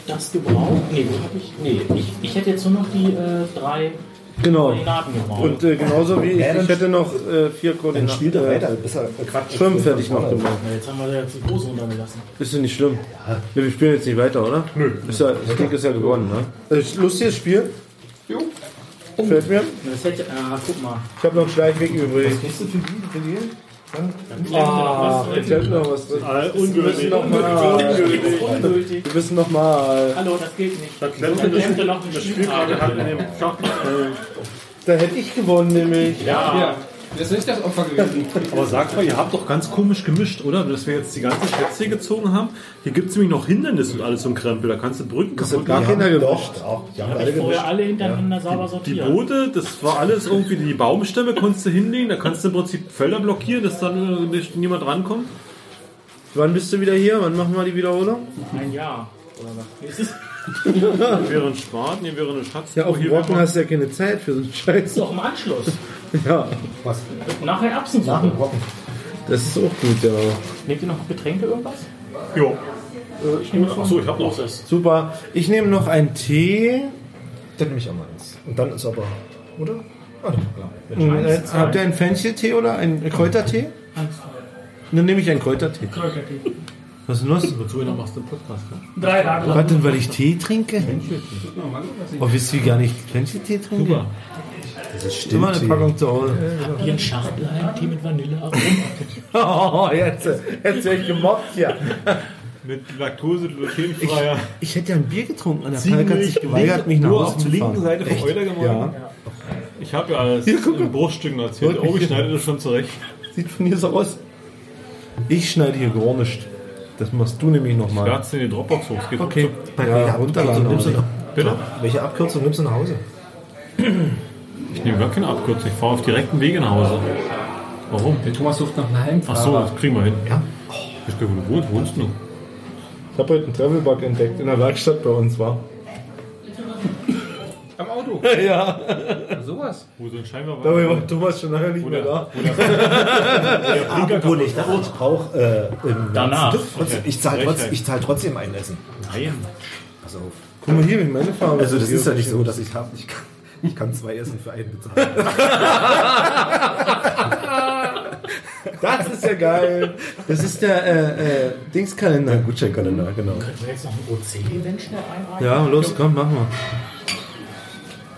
[SPEAKER 3] das gebraucht. Nee, wo hab ich? Nee, ich, ich hätte jetzt nur noch die äh, drei
[SPEAKER 1] Genau.
[SPEAKER 3] Koordinaten gebraucht.
[SPEAKER 1] Und äh, genauso wie ich,
[SPEAKER 7] Ja, dann-
[SPEAKER 1] ich hätte noch äh, vier
[SPEAKER 7] Dann
[SPEAKER 1] Koordinaten.
[SPEAKER 7] spielt er
[SPEAKER 1] äh,
[SPEAKER 7] weiter. Bis er, äh, Quatsch,
[SPEAKER 1] Fünf hätte ich noch gemacht.
[SPEAKER 3] Ja, jetzt haben wir ja zu groß runtergelassen.
[SPEAKER 1] Ist ja nicht schlimm. Ja, wir spielen jetzt nicht weiter, oder? Nö. Ist ja, das Ding ist ja gewonnen, ne?
[SPEAKER 7] Äh,
[SPEAKER 1] Also, lustiges Spiel.
[SPEAKER 4] Jo.
[SPEAKER 1] Fällt mir.
[SPEAKER 3] Das hätte, ah, guck mal.
[SPEAKER 1] Ich habe noch einen Schleichweg übrig.
[SPEAKER 7] Nächste für die, für die.
[SPEAKER 1] Ah, ich hätte noch was drin.
[SPEAKER 2] All
[SPEAKER 1] Wir müssen
[SPEAKER 2] ungültig.
[SPEAKER 1] nochmal.
[SPEAKER 3] Ungültig.
[SPEAKER 1] Wir müssen nochmal.
[SPEAKER 3] Hallo, das gilt nicht.
[SPEAKER 2] Da klemmt
[SPEAKER 3] Dann
[SPEAKER 2] das-
[SPEAKER 3] nimmt er noch eine
[SPEAKER 2] Das Spielkarte
[SPEAKER 3] Spielkarte.
[SPEAKER 2] hat in dem Schachtel.
[SPEAKER 1] Da hätte ich gewonnen, nämlich.
[SPEAKER 4] Ja. Das ist nicht das Opfer gewesen.
[SPEAKER 2] Aber sagt mal, ihr habt doch ganz komisch gemischt, oder? Dass wir jetzt die ganzen Schätze hier gezogen haben. Hier gibt es nämlich noch Hindernisse und alles so ein Krempel. Da kannst du Brücken
[SPEAKER 1] Das hat
[SPEAKER 2] kaputt
[SPEAKER 1] gar
[SPEAKER 2] machen.
[SPEAKER 1] keiner gewischt.
[SPEAKER 7] Doch, auch. Die haben alle
[SPEAKER 3] Vorher
[SPEAKER 7] gemischt.
[SPEAKER 3] alle hintereinander sauber
[SPEAKER 2] Die
[SPEAKER 3] sortiert.
[SPEAKER 2] Boote, das war alles irgendwie, die Baumstämme konntest du hinlegen, da kannst du im Prinzip Felder blockieren, dass dann äh, nicht, niemand rankommt.
[SPEAKER 1] Wann bist du wieder hier? Wann machen wir die Wiederholung?
[SPEAKER 3] Ein Jahr. Oder was? Nee, es ist
[SPEAKER 2] Wäre ein Schwarz, nee, wäre eine Schatz.
[SPEAKER 1] Ja, auf
[SPEAKER 2] hier
[SPEAKER 1] dem Brocken
[SPEAKER 2] wäre-
[SPEAKER 1] hast du ja keine Zeit für so einen Scheiß.
[SPEAKER 3] doch im Anschluss.
[SPEAKER 1] (laughs) Ja,
[SPEAKER 7] Was?
[SPEAKER 3] Nachher
[SPEAKER 7] Nach dem
[SPEAKER 3] Erbsensuppe.
[SPEAKER 7] Brocken.
[SPEAKER 1] das ist auch gut, ja.
[SPEAKER 3] Nehmt ihr noch Getränke irgendwas? Äh,
[SPEAKER 2] Jo.
[SPEAKER 3] Ich nehme
[SPEAKER 2] Achso, ich hab noch.
[SPEAKER 3] Großes.
[SPEAKER 1] Super. Ich nehme noch einen Tee.
[SPEAKER 7] Dann nehme ich auch mal eins. Und dann ist aber, oder? Ah, klar.
[SPEAKER 1] Und, äh, habt ihr einen Fencheltee oder einen Kräutertee? Dann nehme ich einen Kräutertee. Was ist denn los?
[SPEAKER 2] Wozu du noch machst du einen Podcast? Ne?
[SPEAKER 5] Drei Tage.
[SPEAKER 1] Was denn, weil ich Tee trinke? Oh, wisst ihr wie gar nicht Fencheltee trinke?
[SPEAKER 2] Super.
[SPEAKER 7] Das stimmt.
[SPEAKER 1] Immer eine Packung zu Hause.
[SPEAKER 3] Habt ihr einen Schachtelaltee mit
[SPEAKER 1] Oh,
[SPEAKER 3] Vanillearoma?
[SPEAKER 1] jetzt, jetzt werde ich gemobbt hier.
[SPEAKER 2] Mit Laktose glutenfreier.
[SPEAKER 1] Ich hätte ja ein Bier getrunken und der Falk hat sich geweigert, mich nach
[SPEAKER 2] Nur auf
[SPEAKER 1] Hause
[SPEAKER 2] der
[SPEAKER 1] zu
[SPEAKER 2] linken
[SPEAKER 1] fahren.
[SPEAKER 2] Seite vom Euler geworden. Ich habe ja alles in Bruchstücken erzählt. Oh, ich schneide das schon zurecht.
[SPEAKER 1] Sieht von hier so aus. Ich schneide hier gar nicht. Das machst du nämlich
[SPEAKER 2] Wer
[SPEAKER 1] nochmal.
[SPEAKER 2] hat's in die Dropbox hochgezogen?
[SPEAKER 1] Okay,
[SPEAKER 7] Bei welcher, Abkürzung nimmst du nach,
[SPEAKER 2] Bitte?
[SPEAKER 7] welche Abkürzung nimmst du nach Hause?
[SPEAKER 2] Ich nehme gar keine Abkürzung. Ich fahre auf direktem Wege nach Hause. Warum?
[SPEAKER 4] Der Thomas sucht nach einem
[SPEAKER 2] Ach
[SPEAKER 4] Heimfahrer.
[SPEAKER 2] so, das kriegen wir hin.
[SPEAKER 7] Ja.
[SPEAKER 2] Ich glaube, wo du wohnst, wohnst du?
[SPEAKER 1] Ich habe heute einen Travelbug entdeckt in der Werkstatt bei uns, war.
[SPEAKER 4] Am Auto.
[SPEAKER 1] Ja,
[SPEAKER 4] Sowas.
[SPEAKER 2] Wo so ein Scheinwerfer
[SPEAKER 1] dabei war Thomas schon nachher nicht mehr da.
[SPEAKER 7] Apropos, ich dachte, ich brauche äh, im
[SPEAKER 3] Danach.
[SPEAKER 7] Trotzdem, ich zahle trotz, ich zahl trotzdem ein Essen.
[SPEAKER 2] Nein.
[SPEAKER 7] Pass auf.
[SPEAKER 1] Guck mal hier, wie meine Farbe
[SPEAKER 7] Also das ist ja nicht so, dass ich habe. Ich kann, ich kann zwei Essen für einen bezahlen.
[SPEAKER 1] (laughs) Das ist ja geil. Das ist der äh, äh, Dingskalender.
[SPEAKER 7] Gutscheinkalender, genau.
[SPEAKER 3] Können wir jetzt noch ein OC-Event schnell einreichen?
[SPEAKER 1] Ja, los, komm, mach mal.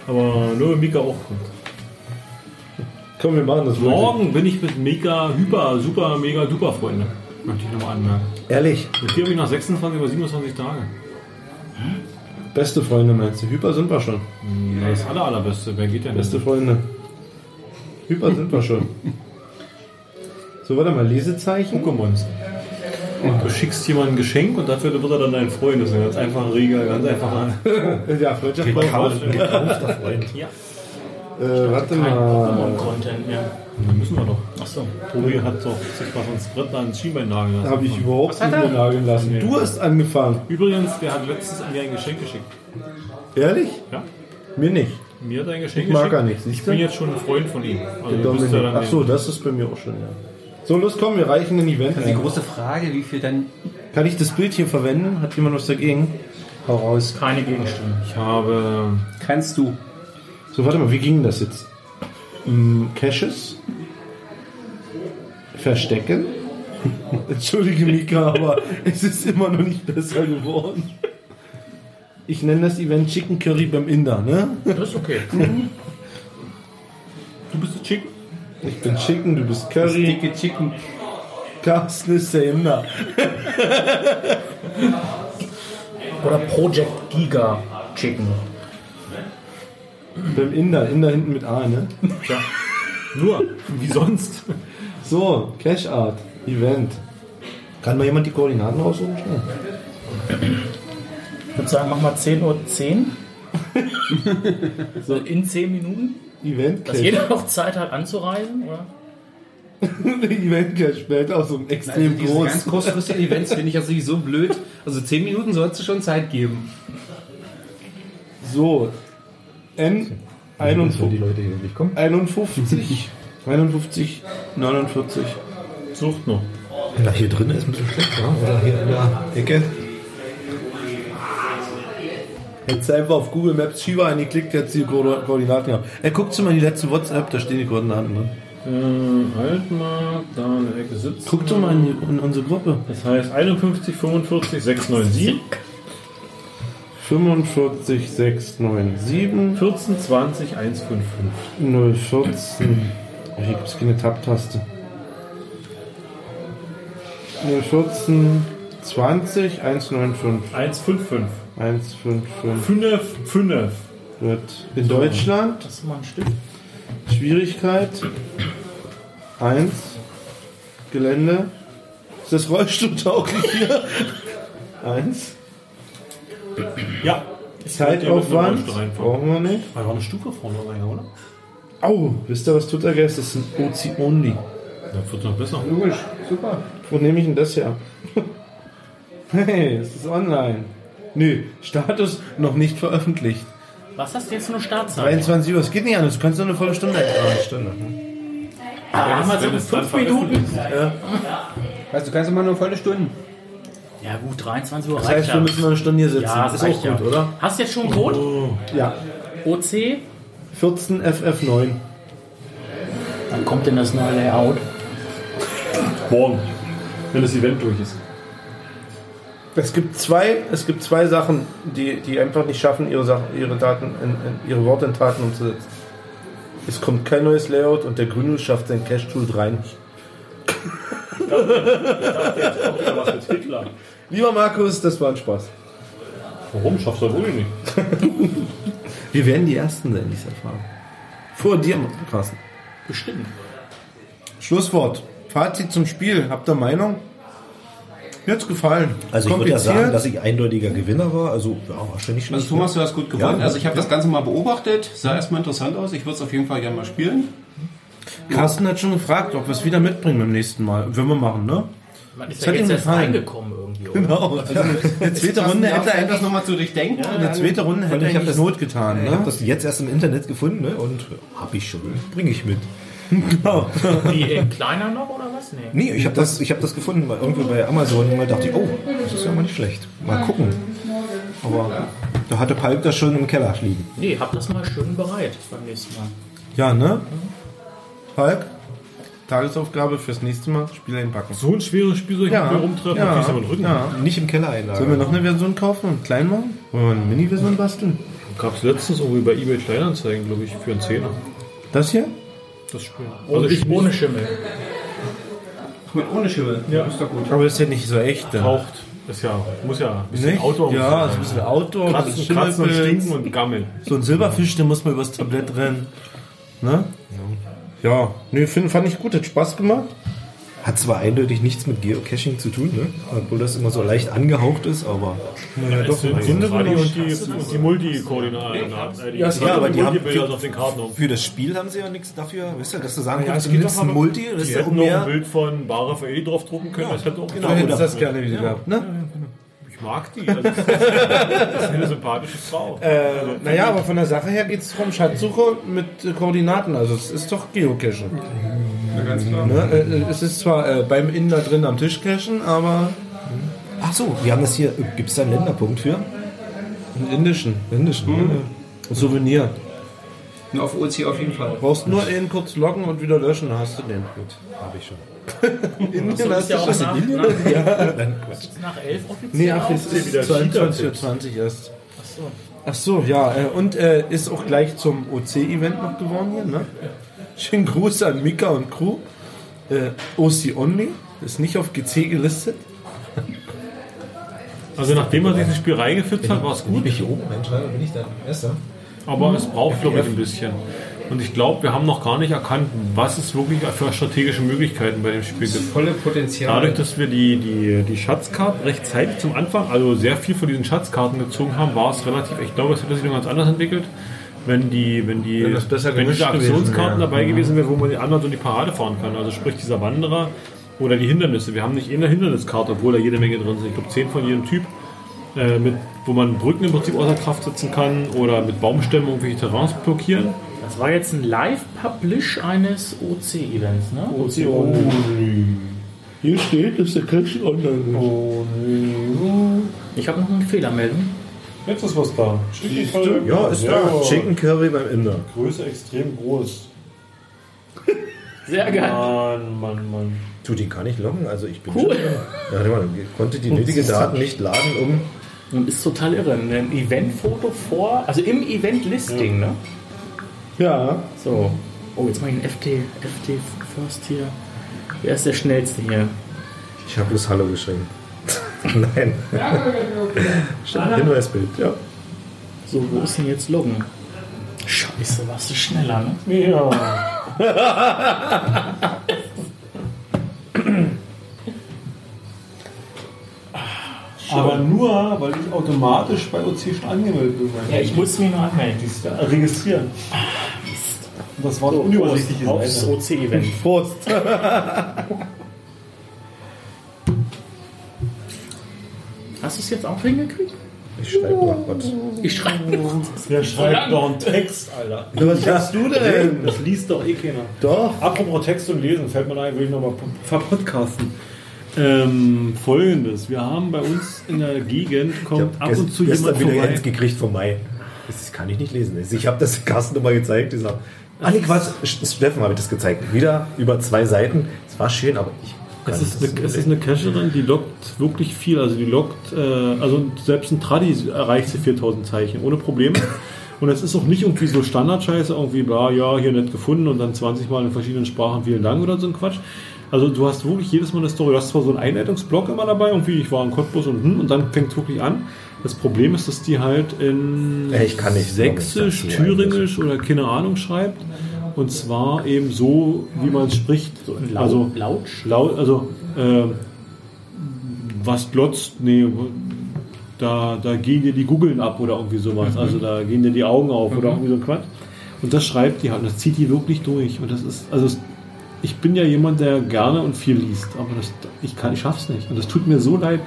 [SPEAKER 2] Aber nur wenn Mika auch kommt.
[SPEAKER 1] Komm, wir machen das
[SPEAKER 2] Morgen bin ich mit Mika hyper, super, mega, duper Freunde. Möchte ich nochmal anmerken.
[SPEAKER 7] Ehrlich,
[SPEAKER 2] Und hier bin ich nach 26 oder 27 Tagen.
[SPEAKER 1] Beste Freunde meinst du? Hyper sind wir schon.
[SPEAKER 2] Ja, Das aller, allerbeste. Wer geht denn
[SPEAKER 1] Beste Freunde. Hyper sind wir schon. So, warte mal, Lesezeichen.
[SPEAKER 2] Pokémons. Und du schickst jemandem ein Geschenk und dafür wird er dann dein Freund. Das ist ein ganz einfacher Regel, ganz einfacher.
[SPEAKER 1] Ja, Freundschaft.
[SPEAKER 2] (laughs)
[SPEAKER 1] Äh,
[SPEAKER 7] gekaufter Freund.
[SPEAKER 3] Ja.
[SPEAKER 1] warte
[SPEAKER 3] Kein
[SPEAKER 1] mal.
[SPEAKER 3] Pokémon-Content mehr.
[SPEAKER 2] Die müssen wir doch.
[SPEAKER 3] Achso.
[SPEAKER 2] Tobi hat doch sich was ans Brett ans Schienbein nageln lassen.
[SPEAKER 1] Habe ich überhaupt nicht mehr nageln lassen. Du hast angefangen.
[SPEAKER 2] Übrigens, der hat letztens an mir ein Geschenk geschickt.
[SPEAKER 1] Ehrlich?
[SPEAKER 2] Ja?
[SPEAKER 1] Mir nicht.
[SPEAKER 2] Mir hat er ein Geschenk
[SPEAKER 1] Ich mag
[SPEAKER 2] geschickt.
[SPEAKER 1] er nicht, siehst
[SPEAKER 2] ich
[SPEAKER 1] du?
[SPEAKER 2] bin jetzt schon ein Freund von ihm. Also du bist ja
[SPEAKER 1] Dominik.
[SPEAKER 2] dann
[SPEAKER 1] Ach so, das ist bei mir auch schon, ja. So, los, komm, wir reichen ein Event.
[SPEAKER 4] Die
[SPEAKER 1] ein.
[SPEAKER 4] große Frage, wie viel dann
[SPEAKER 1] Kann ich das Bild hier verwenden? Hat jemand was dagegen? Hau raus.
[SPEAKER 3] Keine Gegenstimmen.
[SPEAKER 2] ich habe
[SPEAKER 4] kannst du?
[SPEAKER 1] So, warte mal, wie ging das jetzt? Hm, Caches? Verstecken? (laughs) Entschuldige, Mika, aber es ist immer noch nicht besser geworden. Ich nenne das Event Chicken Curry beim Inder, ne?
[SPEAKER 3] Das ist okay.
[SPEAKER 2] Du bist ein Chick.
[SPEAKER 1] Ich bin Chicken, du bist Curry.
[SPEAKER 4] Dicke Chicken.
[SPEAKER 1] Carsten ist der Inder.
[SPEAKER 3] Oder Project Giga Chicken.
[SPEAKER 1] Beim Inder, Inder hinten mit A, ne?
[SPEAKER 2] Nur, wie sonst.
[SPEAKER 1] So, Cash Art, Event. Kann mal jemand die Koordinaten raussuchen? Schnell.
[SPEAKER 3] Ich würde sagen, mach mal 10.10 Uhr. (laughs) 10. so in 10 Minuten.
[SPEAKER 1] Event
[SPEAKER 3] Dass
[SPEAKER 1] Cash.
[SPEAKER 3] jeder noch Zeit hat anzureisen, oder?
[SPEAKER 1] Event Cash fällt aus so einem
[SPEAKER 4] Also
[SPEAKER 1] extrem
[SPEAKER 4] diese ganz
[SPEAKER 1] groß.
[SPEAKER 4] kurzfristigen Events finde ich ja sowieso blöd. Also 10 Minuten sollst du schon Zeit geben.
[SPEAKER 1] So, N
[SPEAKER 7] die
[SPEAKER 1] 51.
[SPEAKER 7] Leute hier nicht kommen.
[SPEAKER 1] (laughs) 51, 49, 49.
[SPEAKER 2] Sucht noch.
[SPEAKER 7] Na, hier drin ist ein bisschen schlecht, ja? oder hier in der Ecke.
[SPEAKER 1] Jetzt einfach auf Google Maps Shiva eingeklickt, jetzt die Ko- Koordinaten gehabt. Ey, guckt mal in die letzte WhatsApp, da stehen die Koordinaten drin.
[SPEAKER 2] Ähm, Altmark, da in der Ecke sitzt.
[SPEAKER 1] Guckt doch mal in, die, in unsere Gruppe.
[SPEAKER 2] Das heißt 51, 45, 697,
[SPEAKER 1] 45, 6, 9, 7,
[SPEAKER 2] 14, 20, 155.
[SPEAKER 1] 0, 14. Oh, hier gibt es keine Tab-Taste. 0, 14, 20, 1, 9, 5,
[SPEAKER 2] 155.
[SPEAKER 1] 1, 5, 5.
[SPEAKER 2] 5, 5.
[SPEAKER 1] Wird in Deutschland
[SPEAKER 3] Das ist mal ein Stück.
[SPEAKER 1] Schwierigkeit 1. Gelände. Ist das Rollstuhl tauglich hier? (laughs) 1.
[SPEAKER 2] Ja.
[SPEAKER 1] Zeitaufwand.
[SPEAKER 2] Ich reinfahren.
[SPEAKER 1] Brauchen wir nicht.
[SPEAKER 2] Da war eine Stufe vorne rein, oder?
[SPEAKER 1] Au, wisst ihr, was tut er gestern? Das ist ein OC Only.
[SPEAKER 2] Da wird noch besser.
[SPEAKER 4] Logisch, super.
[SPEAKER 1] Wo nehme ich denn das her? (laughs) hey, es ist online. Nö, Status noch nicht veröffentlicht.
[SPEAKER 3] Was hast du jetzt für eine Startzeit?
[SPEAKER 1] 23 Uhr, es geht nicht anders. Du kannst nur eine volle Stunde eintragen.
[SPEAKER 3] Da haben wir so
[SPEAKER 2] Wenn es dann
[SPEAKER 3] 5 Minuten.
[SPEAKER 2] veröffentlicht
[SPEAKER 4] Weißt du, kannst immer nur volle Stunden.
[SPEAKER 3] Ja gut, 23 Uhr
[SPEAKER 1] Das heißt,
[SPEAKER 3] reicht
[SPEAKER 1] wir
[SPEAKER 3] ja.
[SPEAKER 1] müssen noch eine Stunde hier sitzen.
[SPEAKER 3] Ja, das
[SPEAKER 1] ist
[SPEAKER 3] reicht
[SPEAKER 1] auch
[SPEAKER 3] ja.
[SPEAKER 1] gut, oder? Oh.
[SPEAKER 3] Hast du jetzt schon einen Code?
[SPEAKER 1] Ja.
[SPEAKER 3] OC?
[SPEAKER 1] 14 FF9.
[SPEAKER 3] Dann kommt denn das neue Layout.
[SPEAKER 2] ist. Morgen. Wenn das Event durch ist.
[SPEAKER 1] Es gibt zwei, es gibt zwei Sachen, die, die einfach nicht schaffen, ihre, Sachen, ihre, Daten in, in, ihre Worte in Taten umzusetzen. Es kommt kein neues Layout und der Grüne schafft sein Cash-Tool rein.
[SPEAKER 2] Oder was mit Hitler?
[SPEAKER 1] Lieber Markus, das war ein Spaß.
[SPEAKER 2] Warum? Schaffst du das wirklich nicht.
[SPEAKER 1] Wir werden die Ersten sein, die es erfahren. Vor dir, Carsten.
[SPEAKER 3] Bestimmt.
[SPEAKER 1] Schlusswort. Fazit zum Spiel. Habt ihr Meinung? Mir hat's gefallen.
[SPEAKER 7] Also ich würde ja sagen, dass ich eindeutiger Gewinner war. Also ja, wahrscheinlich
[SPEAKER 6] Also
[SPEAKER 7] schlecht.
[SPEAKER 6] Thomas, du hast gut gewonnen.
[SPEAKER 7] Ja.
[SPEAKER 6] also ich habe das Ganze mal beobachtet, sah erstmal interessant aus. Ich würde es auf jeden Fall gerne mal spielen.
[SPEAKER 1] Carsten hat schon gefragt, ob wir es wieder mitbringen beim nächsten Mal. Würden wir machen, ne?
[SPEAKER 3] Man ist
[SPEAKER 1] Das
[SPEAKER 3] ja
[SPEAKER 1] hat ihm
[SPEAKER 3] jetzt erst
[SPEAKER 1] gefallen.
[SPEAKER 3] reingekommen
[SPEAKER 1] (laughs)
[SPEAKER 3] irgendwie, oder?
[SPEAKER 1] Genau. Also eine zweite Runde hätte
[SPEAKER 6] Darfst du
[SPEAKER 1] eigentlich,
[SPEAKER 6] das nochmal zu durchdenken?
[SPEAKER 1] eine zweite Runde hätte
[SPEAKER 7] ich hab
[SPEAKER 1] eigentlich
[SPEAKER 7] das-
[SPEAKER 1] Not getan,
[SPEAKER 7] ich habe
[SPEAKER 1] ne?
[SPEAKER 7] das jetzt erst im Internet gefunden ne? und habe ich schon. Bringe ich mit.
[SPEAKER 1] (laughs) Genau.
[SPEAKER 3] Wie, äh, kleiner noch oder was? Nee.
[SPEAKER 7] Nee, ich habe das, ich hab das gefunden, weil irgendwo bei Amazon und da dachte ich, oh, das ist ja mal nicht schlecht. Mal gucken. Aber da hatte Palp das schon im Keller liegen.
[SPEAKER 3] Nee, hab das mal schön bereit beim nächsten Mal.
[SPEAKER 1] Ja, ne? Falk? Tagesaufgabe fürs nächste Mal. Spiel einpacken.
[SPEAKER 2] So ein schweres Spiel soll ich
[SPEAKER 1] Ja.
[SPEAKER 2] mit mir rumtreiben,
[SPEAKER 1] Ja.
[SPEAKER 2] dann kriegst du aber einen Rücken.
[SPEAKER 1] Ja.
[SPEAKER 7] Nicht im Keller einlagern.
[SPEAKER 1] Sollen wir noch eine Version kaufen und klein machen? Wollen wir eine Mini-Version basteln?
[SPEAKER 2] Gab es letztens irgendwie bei eBay Kleinanzeigen, glaube ich, für einen Zehner.
[SPEAKER 1] Das hier?
[SPEAKER 2] Das Spiel.
[SPEAKER 3] Also ich
[SPEAKER 2] nicht
[SPEAKER 3] ohne Schimmel.
[SPEAKER 6] Mit ohne Schimmel. Ja. Ist doch gut.
[SPEAKER 1] Aber das ist ja nicht so echt. Dann.
[SPEAKER 2] taucht. Ist ja, muss ja ein bisschen
[SPEAKER 1] Nicht?
[SPEAKER 2] Outdoor muss
[SPEAKER 1] ja,
[SPEAKER 2] sein.
[SPEAKER 1] ist ein bisschen Outdoor. ein
[SPEAKER 2] kratzen,
[SPEAKER 1] bisschen
[SPEAKER 2] kratzen und
[SPEAKER 1] Schimmelpilz.
[SPEAKER 2] stinken und gammeln.
[SPEAKER 1] So ein Silberfisch, den muss man übers Tablett rennen. Ne? Ja, nee, find, fand ich gut, hat Spaß gemacht.
[SPEAKER 7] Hat zwar eindeutig nichts mit Geocaching zu tun, ne? obwohl das immer so leicht angehaucht ist, aber.
[SPEAKER 1] Ja,
[SPEAKER 2] Das
[SPEAKER 1] doch,
[SPEAKER 2] sind
[SPEAKER 1] im
[SPEAKER 2] die
[SPEAKER 1] Grunde
[SPEAKER 2] Radi-
[SPEAKER 1] genommen.
[SPEAKER 2] und die, und die Multi-Koordinaten. Äh, die
[SPEAKER 1] Ja,
[SPEAKER 2] ja,
[SPEAKER 7] aber
[SPEAKER 2] aber
[SPEAKER 7] die
[SPEAKER 2] die
[SPEAKER 7] haben-
[SPEAKER 2] Multibilder auf den Karten auf.
[SPEAKER 7] Für das Spiel haben sie ja nichts dafür, weißt du, dass du sagen
[SPEAKER 2] Ja,
[SPEAKER 7] kannst,
[SPEAKER 2] es
[SPEAKER 7] du
[SPEAKER 2] geht
[SPEAKER 7] nimmst
[SPEAKER 2] doch aber-
[SPEAKER 7] ein Multi, das
[SPEAKER 2] Die
[SPEAKER 7] ist ja
[SPEAKER 2] hätten noch ein
[SPEAKER 7] mehr.
[SPEAKER 2] Bild von Bara für E drauf drucken können. Das hätte auch
[SPEAKER 7] Genau,
[SPEAKER 1] Du
[SPEAKER 2] geklappt.
[SPEAKER 1] hättest
[SPEAKER 7] oder-
[SPEAKER 1] das gerne wieder gehabt, ne?
[SPEAKER 2] Ich mag die. Also, (laughs) das ist das ist eine sympathische Frau.
[SPEAKER 1] Äh, naja, aber von der Sache her geht es darum, Schatzsuche mit äh, Koordinaten. Also es ist doch Geocachen. Ne? Äh, äh, es ist zwar äh, beim Inder drin am Tisch cachen, aber
[SPEAKER 7] Ach so, wir haben das hier. Gibt es da einen Länderpunkt für? ne?
[SPEAKER 1] im Indischen. Indischen. ja. Souvenir.
[SPEAKER 6] Nur auf OC auf jeden Fall.
[SPEAKER 1] Brauchst nur ihn kurz loggen und wieder löschen, dann hast du den.
[SPEAKER 7] Habe
[SPEAKER 1] (laughs)
[SPEAKER 7] ich schon.
[SPEAKER 1] Indien
[SPEAKER 3] Das ist ja auch nach, nach, nach elf
[SPEAKER 1] Nee,
[SPEAKER 3] offiziell.
[SPEAKER 1] ach,
[SPEAKER 3] Nee,
[SPEAKER 1] jetzt ist wieder
[SPEAKER 7] ne?
[SPEAKER 1] 22.20 Uhr erst. Ach so, ja. äh, Und äh, ist auch gleich zum OC-Event noch geworden hier, ne? Schönen Gruß an Mika und Crew. Äh, OC Only. Ist nicht auf GC gelistet.
[SPEAKER 2] Also nachdem man sich ins Spiel reingeführt hat, war es gut.
[SPEAKER 7] Hier oben, Mensch, leider bin ich da Erster.
[SPEAKER 2] Aber es braucht, glaube ich, ein bisschen. Und ich glaube, wir haben noch gar nicht erkannt, was es wirklich für strategische Möglichkeiten bei dem Spiel gibt.
[SPEAKER 4] Volle Potenzial.
[SPEAKER 2] Dadurch, dass wir die, die, die Schatzkarten rechtzeitig zum Anfang, also sehr viel von diesen Schatzkarten gezogen haben, war es relativ, ich glaube, es hätte sich noch ganz anders entwickelt, wenn die, wenn die,
[SPEAKER 1] Wenn das besser
[SPEAKER 2] wenn diese
[SPEAKER 1] gemischt gewesen
[SPEAKER 2] Aktionskarten
[SPEAKER 1] wäre. Mhm.
[SPEAKER 2] dabei gewesen wären, wo man die anderen so in die Parade fahren kann. Also sprich dieser Wanderer oder die Hindernisse. Wir haben nicht eine Hinderniskarte, obwohl da jede Menge drin sind. Ich glaube, zehn von jedem Typ. Äh, mit, wo man Brücken im Prinzip außer Kraft setzen kann oder mit Baumstämmen irgendwelche Terrains blockieren.
[SPEAKER 3] das war jetzt ein Live-Publish eines OC-Events, ne? OC
[SPEAKER 1] Oh. Hier steht, dass der Cash online ist.
[SPEAKER 3] Oh, Ich habe noch eine Fehlermeldung.
[SPEAKER 2] Jetzt ist was da.
[SPEAKER 7] Ja, ist da. Chicken Curry beim Inder.
[SPEAKER 2] Größe extrem groß.
[SPEAKER 3] Sehr geil.
[SPEAKER 2] Mann, Mann, Mann.
[SPEAKER 7] Du, den kann ich loggen, also ich bin.
[SPEAKER 3] Cool.
[SPEAKER 7] Ja, warte mal, ich konnte die nötigen Daten nicht laden, um.
[SPEAKER 3] Und ist total irre. Ein Eventfoto vor, also im Event-Listing, ne?
[SPEAKER 1] Ja.
[SPEAKER 3] So. Oh, jetzt mal den FT, FT First hier. Wer ist der schnellste hier?
[SPEAKER 7] Ich habe bloß Hallo geschrieben. (laughs) Nein. Stimmt, Hinweisbild, ja.
[SPEAKER 3] So, wo ist denn jetzt Loggen? Scheiße, warst du schneller, ne?
[SPEAKER 2] Ja. Aber nur, weil ich automatisch bei OC schon angemeldet bin.
[SPEAKER 3] Ja, ich musste mich noch anmelden.
[SPEAKER 2] Registrieren. Das war eine unübersichtliche
[SPEAKER 3] Aufs
[SPEAKER 2] Seite.
[SPEAKER 3] OC-Event.
[SPEAKER 1] Prost.
[SPEAKER 3] Hast du es jetzt auch hingekriegt?
[SPEAKER 7] Ich schreibe nach Gott.
[SPEAKER 3] Ich schreibe noch.
[SPEAKER 2] Der schreibt doch einen Text,
[SPEAKER 1] (laughs)
[SPEAKER 2] Alter.
[SPEAKER 1] Was hast du denn?
[SPEAKER 2] Das liest doch eh keiner.
[SPEAKER 1] Doch.
[SPEAKER 2] Apropos Text und Lesen, fällt mir ein, will ich nochmal verpodcasten. Ähm, Folgendes, wir haben bei uns in der Gegend,
[SPEAKER 7] Ich
[SPEAKER 2] kommt
[SPEAKER 7] habe
[SPEAKER 2] ab und zu
[SPEAKER 7] gestern
[SPEAKER 2] jemand
[SPEAKER 7] wieder
[SPEAKER 2] vorbei.
[SPEAKER 7] Jens gekriegt vom Mai. Das kann ich nicht lesen. Ich habe das Carsten nochmal gezeigt. Ich sag, ah, nee, Quatsch. Sch- Steffen habe ich das gezeigt. Wieder über zwei Seiten. Es war schön, aber ich. kann
[SPEAKER 2] Es ist,
[SPEAKER 7] das
[SPEAKER 2] eine,
[SPEAKER 7] nicht
[SPEAKER 2] es ist
[SPEAKER 7] lesen.
[SPEAKER 2] eine Cacherin, die lockt wirklich
[SPEAKER 7] (laughs)
[SPEAKER 2] viel. Also die lockt, äh, also selbst ein Traddy erreicht sie 4000 Zeichen ohne Probleme. Und es ist auch nicht irgendwie so Standardscheiße, irgendwie, bla, ja, hier nett gefunden und dann 20 Mal in verschiedenen Sprachen vielen Dank oder so ein Quatsch. Also du hast wirklich jedes Mal eine Story. Du hast zwar so einen Einleitungsblock immer dabei, irgendwie, ich war in Cottbus und hm, und dann fängt es wirklich an. Das Problem ist, dass die halt in
[SPEAKER 7] Ja, ich kann nicht, genau glaub ich,
[SPEAKER 2] Sächsisch,
[SPEAKER 7] dazu
[SPEAKER 2] Thüringisch oder keine Ahnung schreibt. Und zwar eben so, wie man es spricht. Also
[SPEAKER 3] laut.
[SPEAKER 2] laut, also äh, was glotzt, nee, da, da gehen dir die Gugeln ab oder irgendwie
[SPEAKER 7] Mhm.
[SPEAKER 2] sowas. Also da gehen dir die Augen auf oder irgendwie so ein Quatsch. Und das schreibt die halt, und das zieht die wirklich durch. Und das ist, also es- ich bin ja jemand, der gerne und viel liest, aber das, ich kann, ich schaff's nicht. Und das tut mir so leid.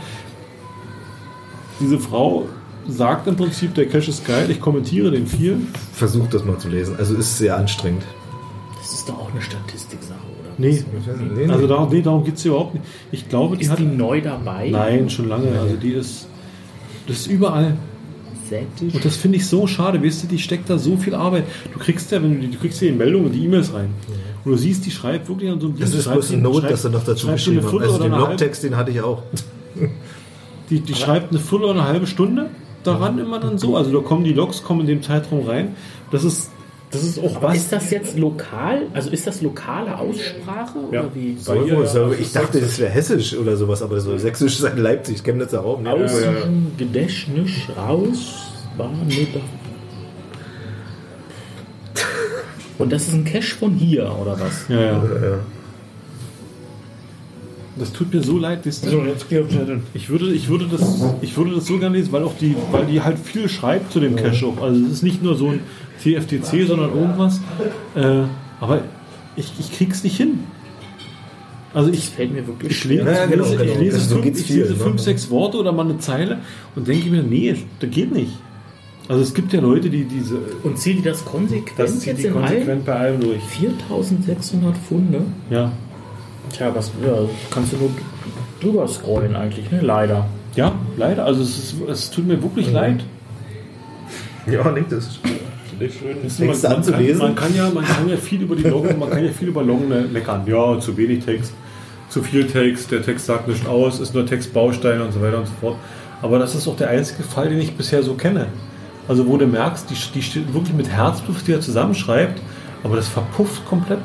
[SPEAKER 2] Diese Frau sagt im Prinzip, der Cash ist geil, ich kommentiere den viel.
[SPEAKER 7] Versucht das mal zu lesen. Also ist sehr anstrengend.
[SPEAKER 3] Das ist doch auch eine Statistiksache, oder?
[SPEAKER 2] Nee,
[SPEAKER 7] Nee, nee.
[SPEAKER 2] also darum, nee, darum geht's hier überhaupt nicht. Ich glaube, die
[SPEAKER 3] Ist
[SPEAKER 2] hat.
[SPEAKER 3] die neu dabei?
[SPEAKER 2] Nein, schon lange. Also die ist. Das ist überall.
[SPEAKER 3] Sättig?
[SPEAKER 2] Und das finde ich so schade. Weißt du, die steckt da so viel Arbeit. Du kriegst ja, wenn du, die- du kriegst ja die Meldungen und die E-Mails rein. Und du siehst, die schreibt wirklich an so einem
[SPEAKER 7] Das ist bloß ein Note, das er noch dazu geschrieben hat. Also den Blogtext, den hatte ich auch.
[SPEAKER 2] Die, die schreibt eine Full oder eine halbe Stunde daran immer dann so. Also da kommen die Logs, kommen in dem Zeitraum rein. Das ist, das ist auch was.
[SPEAKER 3] Ist das jetzt lokal? Also ist das lokale Aussprache? Oder wie?
[SPEAKER 2] Bei ihr, ja.
[SPEAKER 7] Ich dachte, das wäre hessisch oder sowas, aber so sächsisch sein Leipzig, Chemnitzer Raum. ne?
[SPEAKER 3] Aus dem Gedächtnis raus war nur da. Und das ist ein Cash von hier, oder was?
[SPEAKER 2] Ja, ja. Das tut mir so leid, das ich würde, ich würde das, ich würde das so gerne lesen, weil auch die, weil die halt viel schreibt zu dem Cash auch. Also es ist nicht nur so ein TFTC, sondern irgendwas. Äh, aber ich, ich krieg's nicht hin. Also ich,
[SPEAKER 3] Fällt mir wirklich
[SPEAKER 2] ich lese,
[SPEAKER 7] Ja, genau,
[SPEAKER 2] ich lese,
[SPEAKER 7] genau.
[SPEAKER 2] ich lese,
[SPEAKER 7] Das- so
[SPEAKER 2] fünf,
[SPEAKER 7] geht's
[SPEAKER 2] ich lese
[SPEAKER 7] vielen, ne?
[SPEAKER 2] fünf, sechs Worte oder mal eine Zeile und denke mir, nee, das geht nicht. Also es gibt ja Leute, die diese,
[SPEAKER 3] Und zieht die das konsequent
[SPEAKER 2] das zieht
[SPEAKER 3] jetzt
[SPEAKER 2] die
[SPEAKER 3] in allen?
[SPEAKER 2] konsequent bei allem durch.
[SPEAKER 3] 4600 Pfunde?
[SPEAKER 2] Ja,
[SPEAKER 3] Tja, was ja, kannst du nur drüber scrollen eigentlich, ne? Leider.
[SPEAKER 2] ja, leider. Also es, ist, es tut mir wirklich leid.
[SPEAKER 7] Mhm. Ja, nicht das.
[SPEAKER 2] Man,
[SPEAKER 7] Text
[SPEAKER 2] Kann,
[SPEAKER 7] anzulesen.
[SPEAKER 2] man, kann ja, man kann ja viel über die Long, man kann ja viel über Long ne- meckern. Ja, zu wenig Text, zu viel Text, der Text sagt nichts aus, ist nur Textbaustein und so weiter und so fort. Aber das ist auch der einzige Fall, den ich bisher so kenne. Also wo du merkst, die, die steht wirklich mit Herzblut, die er zusammenschreibt, aber das verpufft komplett.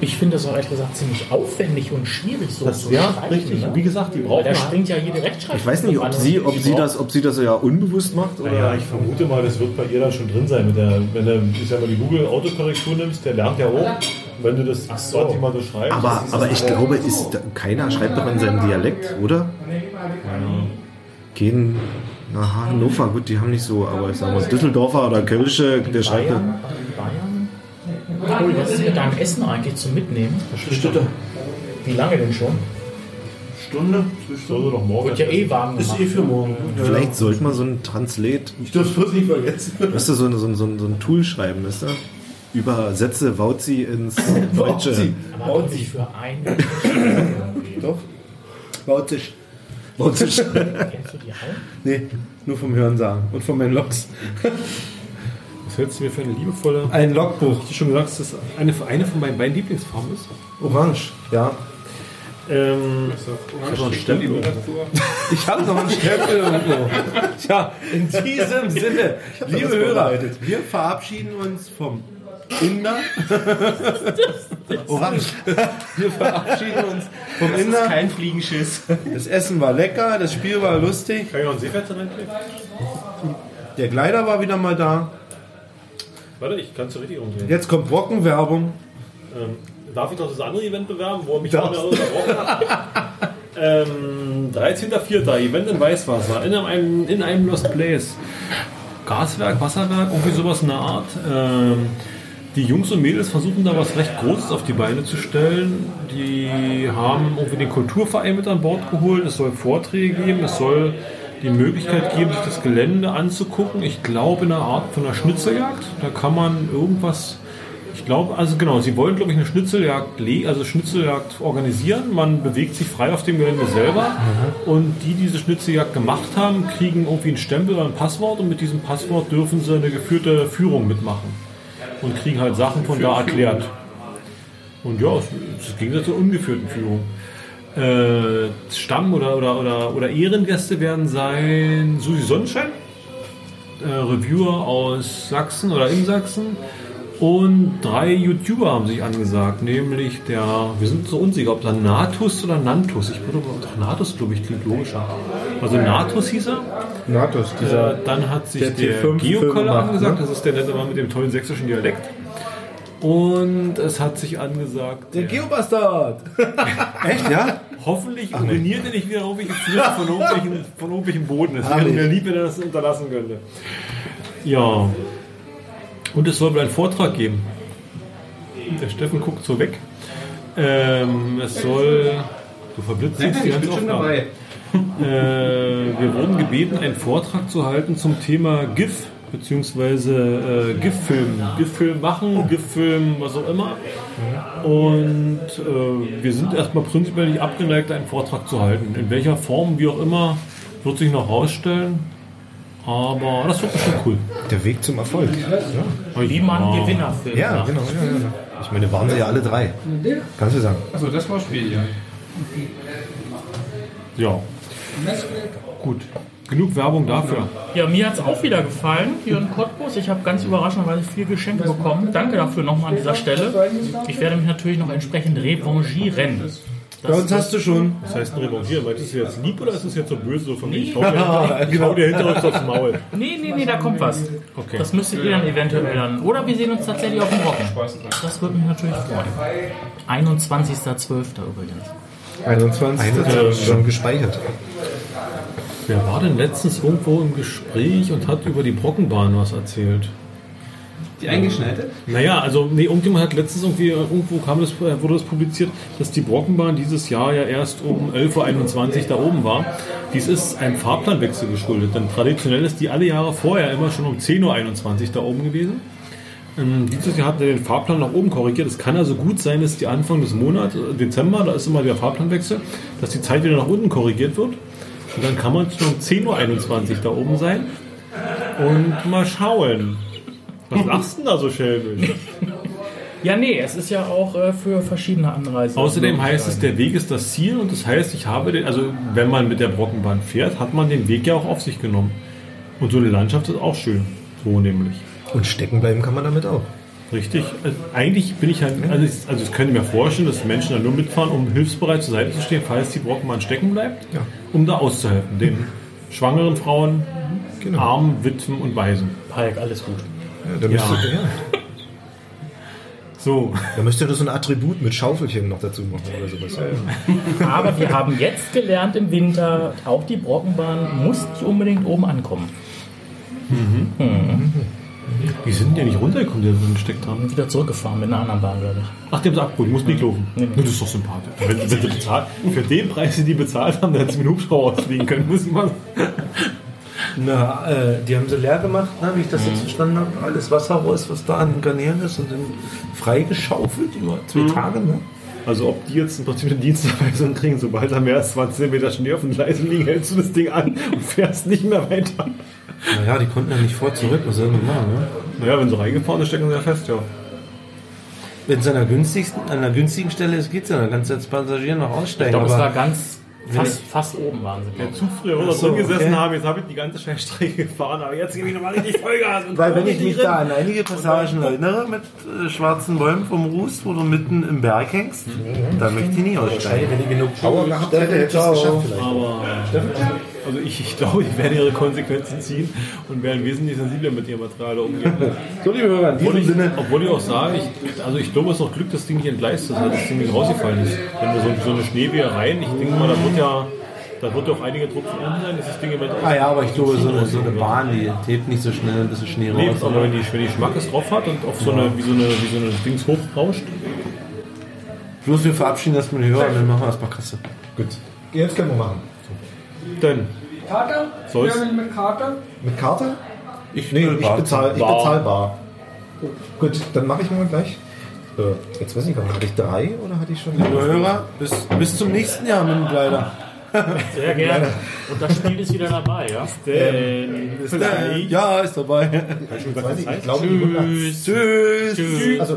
[SPEAKER 3] Ich finde das auch ehrlich gesagt ziemlich aufwendig und schwierig, so
[SPEAKER 2] Das
[SPEAKER 3] zu
[SPEAKER 2] ja
[SPEAKER 3] schreiben,
[SPEAKER 2] richtig.
[SPEAKER 3] ne?
[SPEAKER 2] Wie gesagt, die
[SPEAKER 3] Weil
[SPEAKER 2] brauchen
[SPEAKER 3] da
[SPEAKER 2] halt-
[SPEAKER 3] springt ja jede Rechtschreibung.
[SPEAKER 7] Ich weiß nicht, ob sie, ob sie das, ob sie das ja unbewusst macht oder.
[SPEAKER 2] Naja, ich vermute mal, das wird bei ihr dann schon drin sein. Mit der, wenn du, ich sag mal, die Google-Autokorrektur nimmst, der lernt ja auch. Und wenn du das 20 Mal so schreibst.
[SPEAKER 7] Aber, aber ich glaube, ist, da- keiner schreibt doch in seinem Dialekt, oder? Gehen nach Hannover, gut, die haben nicht so, aber ich sag mal, Düsseldorfer oder Kölsche, der schreibt.
[SPEAKER 3] Bayern, Bayern. Cool, was ist mit deinem Essen eigentlich zum Mitnehmen?
[SPEAKER 9] Stunde.
[SPEAKER 3] Wie lange denn schon?
[SPEAKER 9] Stunde? Zwei Stunden.
[SPEAKER 2] Soll doch morgen.
[SPEAKER 3] Wird ja eh warm
[SPEAKER 9] Ist
[SPEAKER 3] gemacht.
[SPEAKER 9] eh für morgen.
[SPEAKER 7] Vielleicht sollte man so ein Translate,
[SPEAKER 9] Ich dürfte bloß nicht vergessen.
[SPEAKER 7] müsste so ein, so ein, so ein, so ein Tool schreiben, müsste. Übersetze Wauzi ins Deutsche.
[SPEAKER 3] Aber auch nicht für
[SPEAKER 9] (laughs)
[SPEAKER 3] eine.
[SPEAKER 1] Doch. Bautisch.
[SPEAKER 7] Wauzisch.
[SPEAKER 3] Kennst du die auch?
[SPEAKER 1] Nee, nur vom Hören sagen und von meinen Logs.
[SPEAKER 2] Was hältst du mir für eine liebevolle.
[SPEAKER 1] Ein Logbuch.
[SPEAKER 2] Hast du schon gesagt, dass das eine, eine von meinen beiden Lieblingsfarben ist?
[SPEAKER 1] Orange. Ja.
[SPEAKER 2] Ähm, (laughs)
[SPEAKER 1] Ich habe noch einen Stempel irgendwo. Tja, in diesem Sinne, liebe Hörer,
[SPEAKER 9] Wir verabschieden uns vom
[SPEAKER 3] (laughs)
[SPEAKER 9] Inder.
[SPEAKER 1] Orange.
[SPEAKER 9] Wir verabschieden uns.
[SPEAKER 1] Vom Inder.
[SPEAKER 3] Kein Fliegenschiss.
[SPEAKER 1] Das Essen war lecker, das Spiel war lustig,
[SPEAKER 2] kann ich noch einen Seepferdchen reinlegen?
[SPEAKER 1] der Kleider war wieder mal da.
[SPEAKER 2] Warte, ich kann es so richtig umdrehen.
[SPEAKER 1] Jetzt kommt Brockenwerbung.
[SPEAKER 2] Ähm, darf ich noch das andere Event bewerben, wo er mich vorne unterbrochen hat? ähm, 13.04. Event in Weißwasser, in einem, in einem Lost Place. Gaswerk, Wasserwerk, irgendwie sowas in der Art. Ähm, die Jungs und Mädels versuchen da was recht Großes auf die Beine zu stellen. Die haben irgendwie den Kulturverein mit an Bord geholt. Es soll Vorträge geben, es soll die Möglichkeit geben, sich das Gelände anzugucken. Ich glaube, in einer Art von einer Schnitzeljagd. Da kann man irgendwas. Ich glaube, also genau, sie wollen, glaube ich, eine Schnitzeljagd, le- also Schnitzeljagd organisieren. Man bewegt sich frei auf dem Gelände selber. Und die, die diese Schnitzeljagd gemacht haben, kriegen irgendwie einen Stempel oder ein Passwort. Und mit diesem Passwort dürfen sie eine geführte Führung mitmachen. Und kriegen halt Sachen von da erklärt. Und ja, es, es ging ja zur ungeführten Führung. Äh, Stamm- oder, oder, oder, oder Ehrengäste werden sein Susi Sonnenschein, äh, Reviewer aus Sachsen oder in Sachsen. Und drei YouTuber haben sich angesagt, nämlich der, wir sind so unsicher, ob der Natus oder Nantus. Ich würde aber doch Natus, glaube ich, klingt logischer. Also Natus hieß er.
[SPEAKER 1] Natus, dieser.
[SPEAKER 2] Äh, dann hat sich der,
[SPEAKER 1] der T5 Film
[SPEAKER 2] Geokoller
[SPEAKER 1] macht, ne?
[SPEAKER 2] angesagt, das ist der nette Mann mit dem tollen sächsischen Dialekt. Und es hat sich angesagt, der
[SPEAKER 7] Geobastard!
[SPEAKER 9] Echt, ja?
[SPEAKER 2] hoffentlich uriniert er nicht wieder auf irgendwelche Flüsse von irgendwelchen, von irgendwelchen Boden. Es
[SPEAKER 7] Ah,
[SPEAKER 2] wäre
[SPEAKER 7] nee.
[SPEAKER 2] mir lieb, wenn er das unterlassen könnte. Ja. Und es soll wohl einen Vortrag geben. Der Steffen guckt so weg. Ähm, es soll. Du verblitzt jetzt die
[SPEAKER 4] Ich
[SPEAKER 2] ganze
[SPEAKER 4] bin schon
[SPEAKER 2] Aufnahme.
[SPEAKER 4] dabei.
[SPEAKER 2] Äh, wir wurden gebeten, einen Vortrag zu halten zum Thema GIF beziehungsweise äh, GIF-Film. GIF-Film machen, GIF-Film, was auch immer. Und äh, wir sind erstmal prinzipiell nicht abgeneigt, einen Vortrag zu halten. In welcher Form, wie auch immer, wird sich noch rausstellen. Aber das wird bestimmt cool.
[SPEAKER 7] Der Weg zum Erfolg.
[SPEAKER 3] Wie man
[SPEAKER 2] oh.
[SPEAKER 3] Gewinner filmt.
[SPEAKER 7] Ja, genau. Ja, ja, ja. Ich meine, waren sie ja alle drei. Kannst du sagen.
[SPEAKER 4] Achso, das war Spiel, ja.
[SPEAKER 2] Ja, gut. Genug Werbung dafür.
[SPEAKER 3] Ja, mir hat es auch wieder gefallen hier in Cottbus. Ich habe ganz überraschenderweise viel Geschenke bekommen. Danke dafür nochmal an dieser Stelle. Ich werde mich natürlich noch entsprechend revanchieren.
[SPEAKER 1] Bei uns hast du schon.
[SPEAKER 2] Das heißt, revanchieren, meinst du es jetzt lieb oder ist es jetzt so böse so von mir? (laughs) Ich hau dir, ich hau dir hinter uns aufs Maul.
[SPEAKER 3] Nee, nee, nee, da kommt was.
[SPEAKER 2] Okay.
[SPEAKER 3] Das müsstet ihr dann eventuell dann. Oder wir sehen uns tatsächlich auf dem Rocken. Das würde mich natürlich freuen. 21.12. übrigens.
[SPEAKER 1] 21.
[SPEAKER 7] Einer ist schon gespeichert.
[SPEAKER 2] Wer war denn letztens irgendwo im Gespräch und hat über die Brockenbahn was erzählt?
[SPEAKER 4] Die eingeschneidet?
[SPEAKER 2] Naja, also nee, irgendjemand hat letztens irgendwie, äh, irgendwo kam das, äh, wurde das publiziert, dass die Brockenbahn dieses Jahr ja erst um 11.21 Uhr da oben war. Dies ist einem Fahrplanwechsel geschuldet, denn traditionell ist die alle Jahre vorher immer schon um 10.21 Uhr da oben gewesen. Ähm, dieses Jahr hat er den Fahrplan nach oben korrigiert. Es kann also gut sein, dass die Anfang des Monats, äh, Dezember, da ist immer der Fahrplanwechsel, dass die Zeit wieder nach unten korrigiert wird. Und dann kann man schon um 10.21 Uhr da oben sein und mal schauen. Was lachst denn da so schelmisch?
[SPEAKER 3] Ja, nee, es ist ja auch äh, für verschiedene Anreisen.
[SPEAKER 2] Außerdem heißt es, der Weg ist das Ziel und das heißt, ich habe den, also wenn man mit der Brockenbahn fährt, hat man den Weg ja auch auf sich genommen. Und so eine Landschaft ist auch schön. So nämlich.
[SPEAKER 7] Und stecken bleiben kann man damit auch.
[SPEAKER 2] Richtig. Also eigentlich bin ich halt, also ich, also ich könnte mir vorstellen, dass Menschen da nur mitfahren, um hilfsbereit zur Seite zu stehen, falls die Brockenbahn stecken bleibt,
[SPEAKER 7] Ja.
[SPEAKER 2] um da auszuhelfen. Den schwangeren Frauen,
[SPEAKER 7] Ah,
[SPEAKER 2] Armen, Witwen und Waisen.
[SPEAKER 3] Palk, alles gut.
[SPEAKER 7] Genau. Ja, da, Müsste, ja.
[SPEAKER 2] So.
[SPEAKER 7] da müsste ja nur so ein Attribut mit Schaufelchen noch dazu machen oder sowas. Ja, ja.
[SPEAKER 3] Aber wir haben jetzt gelernt im Winter, auch die Brockenbahn muss nicht unbedingt oben ankommen.
[SPEAKER 2] Die sind ja nicht runtergekommen, die da drin gesteckt haben.
[SPEAKER 3] Und wieder zurückgefahren mit einer anderen Bahn, glaube ich.
[SPEAKER 2] Ach, die haben sie abgeholt, muss nicht laufen. Das ist doch sympathisch. Wenn, wenn sie bezahlt, für den Preis, den die bezahlt haben, da hätten sie mit dem Hubschrauber ausfliegen können. Muss ich mal
[SPEAKER 1] Na, äh, die haben sie leer gemacht, ne, wie ich das
[SPEAKER 7] Mhm.
[SPEAKER 1] jetzt verstanden habe. Alles Wasser raus, was da an den Garnelen ist und dann freigeschaufelt über zwei Tage. Ne?
[SPEAKER 2] also ob die jetzt im Prinzip eine Dienstanweisung kriegen, sobald da mehr als 20 Meter Schnee auf den Gleisen liegen, hältst du das Ding an und fährst nicht mehr weiter.
[SPEAKER 1] Naja, die konnten ja nicht vor zurück, was sollen wir machen? Ne?
[SPEAKER 2] Naja, wenn sie reingefahren sind, stecken sie ja fest, ja.
[SPEAKER 1] Wenn es an der günstigsten, an der günstigen Stelle ist, geht's ja. Dann kannst du als Passagier noch aussteigen.
[SPEAKER 3] Da muss da
[SPEAKER 1] aber
[SPEAKER 3] ganz, fast, fast oben waren sie. glaub
[SPEAKER 2] Der
[SPEAKER 3] ich.
[SPEAKER 2] Zug früher
[SPEAKER 1] so,
[SPEAKER 2] oder so, drin gesessen
[SPEAKER 1] okay.
[SPEAKER 2] haben, jetzt habe ich die ganze Scheißstrecke gefahren, aber jetzt gebe ich nochmal richtig Vollgas. Und
[SPEAKER 1] weil wenn ich mich
[SPEAKER 2] richtig
[SPEAKER 1] da
[SPEAKER 2] rennen.
[SPEAKER 1] an einige Passagen erinnere mit äh, schwarzen Bäumen vom Ruß, wo du mitten im Berg hängst, da möchte ich nie aussteigen.
[SPEAKER 7] Wenn die genug Power gehabt hätte, hätte es geschafft vielleicht.
[SPEAKER 2] Aber also ich, ich glaube, die werden ihre Konsequenzen ziehen und werden wesentlich sensibler mit ihrem Material umgehen.
[SPEAKER 1] So, liebe Hörer, in
[SPEAKER 2] Obwohl
[SPEAKER 1] diesem
[SPEAKER 2] ich,
[SPEAKER 1] Sinne,
[SPEAKER 2] obwohl ich auch sage, ich, also ich glaube, es ist noch Glück, dass das Ding nicht entgleist ist, also das Ding nicht rausgefallen ist. Wenn wir so, so eine Schneewehe rein, ich denke mal, da wird ja, da wird ja auch einiger Druck von unten sein, dass das Ding eventuell
[SPEAKER 1] ah ja, aber ich glaube, so eine, so eine Bahn, die hebt nicht so schnell ein bisschen Schnee raus.
[SPEAKER 2] lebt, aber wenn die, wenn die Schmackes drauf hat und auf so eine, wie so eine, wie so eine Dings hochrauscht,
[SPEAKER 1] Bloß wir verabschieden das mit den Hörern, dann machen wir erstmal Kasse.
[SPEAKER 7] Gut. Jetzt können wir machen.
[SPEAKER 2] dann
[SPEAKER 5] Karte?
[SPEAKER 2] Soll's?
[SPEAKER 5] Ja, wenn mit Karte.
[SPEAKER 7] Mit Karte? Ich, nee, ich bezahle ich
[SPEAKER 2] Bar.
[SPEAKER 7] bezahl bar. Gut, dann mache ich mal gleich. Äh, jetzt weiß ich gar nicht, hatte ich drei oder hatte ich schon?
[SPEAKER 1] Liebe Hörer, bis, bis zum nächsten Jahr mit dem Kleider.
[SPEAKER 3] Sehr gerne. Und das Spiel ist wieder dabei, ja?
[SPEAKER 1] Bis dann. Ja, ist dabei.
[SPEAKER 7] Ich weiß nicht, ich glaube, die 100.
[SPEAKER 1] Tschüss.
[SPEAKER 7] Also,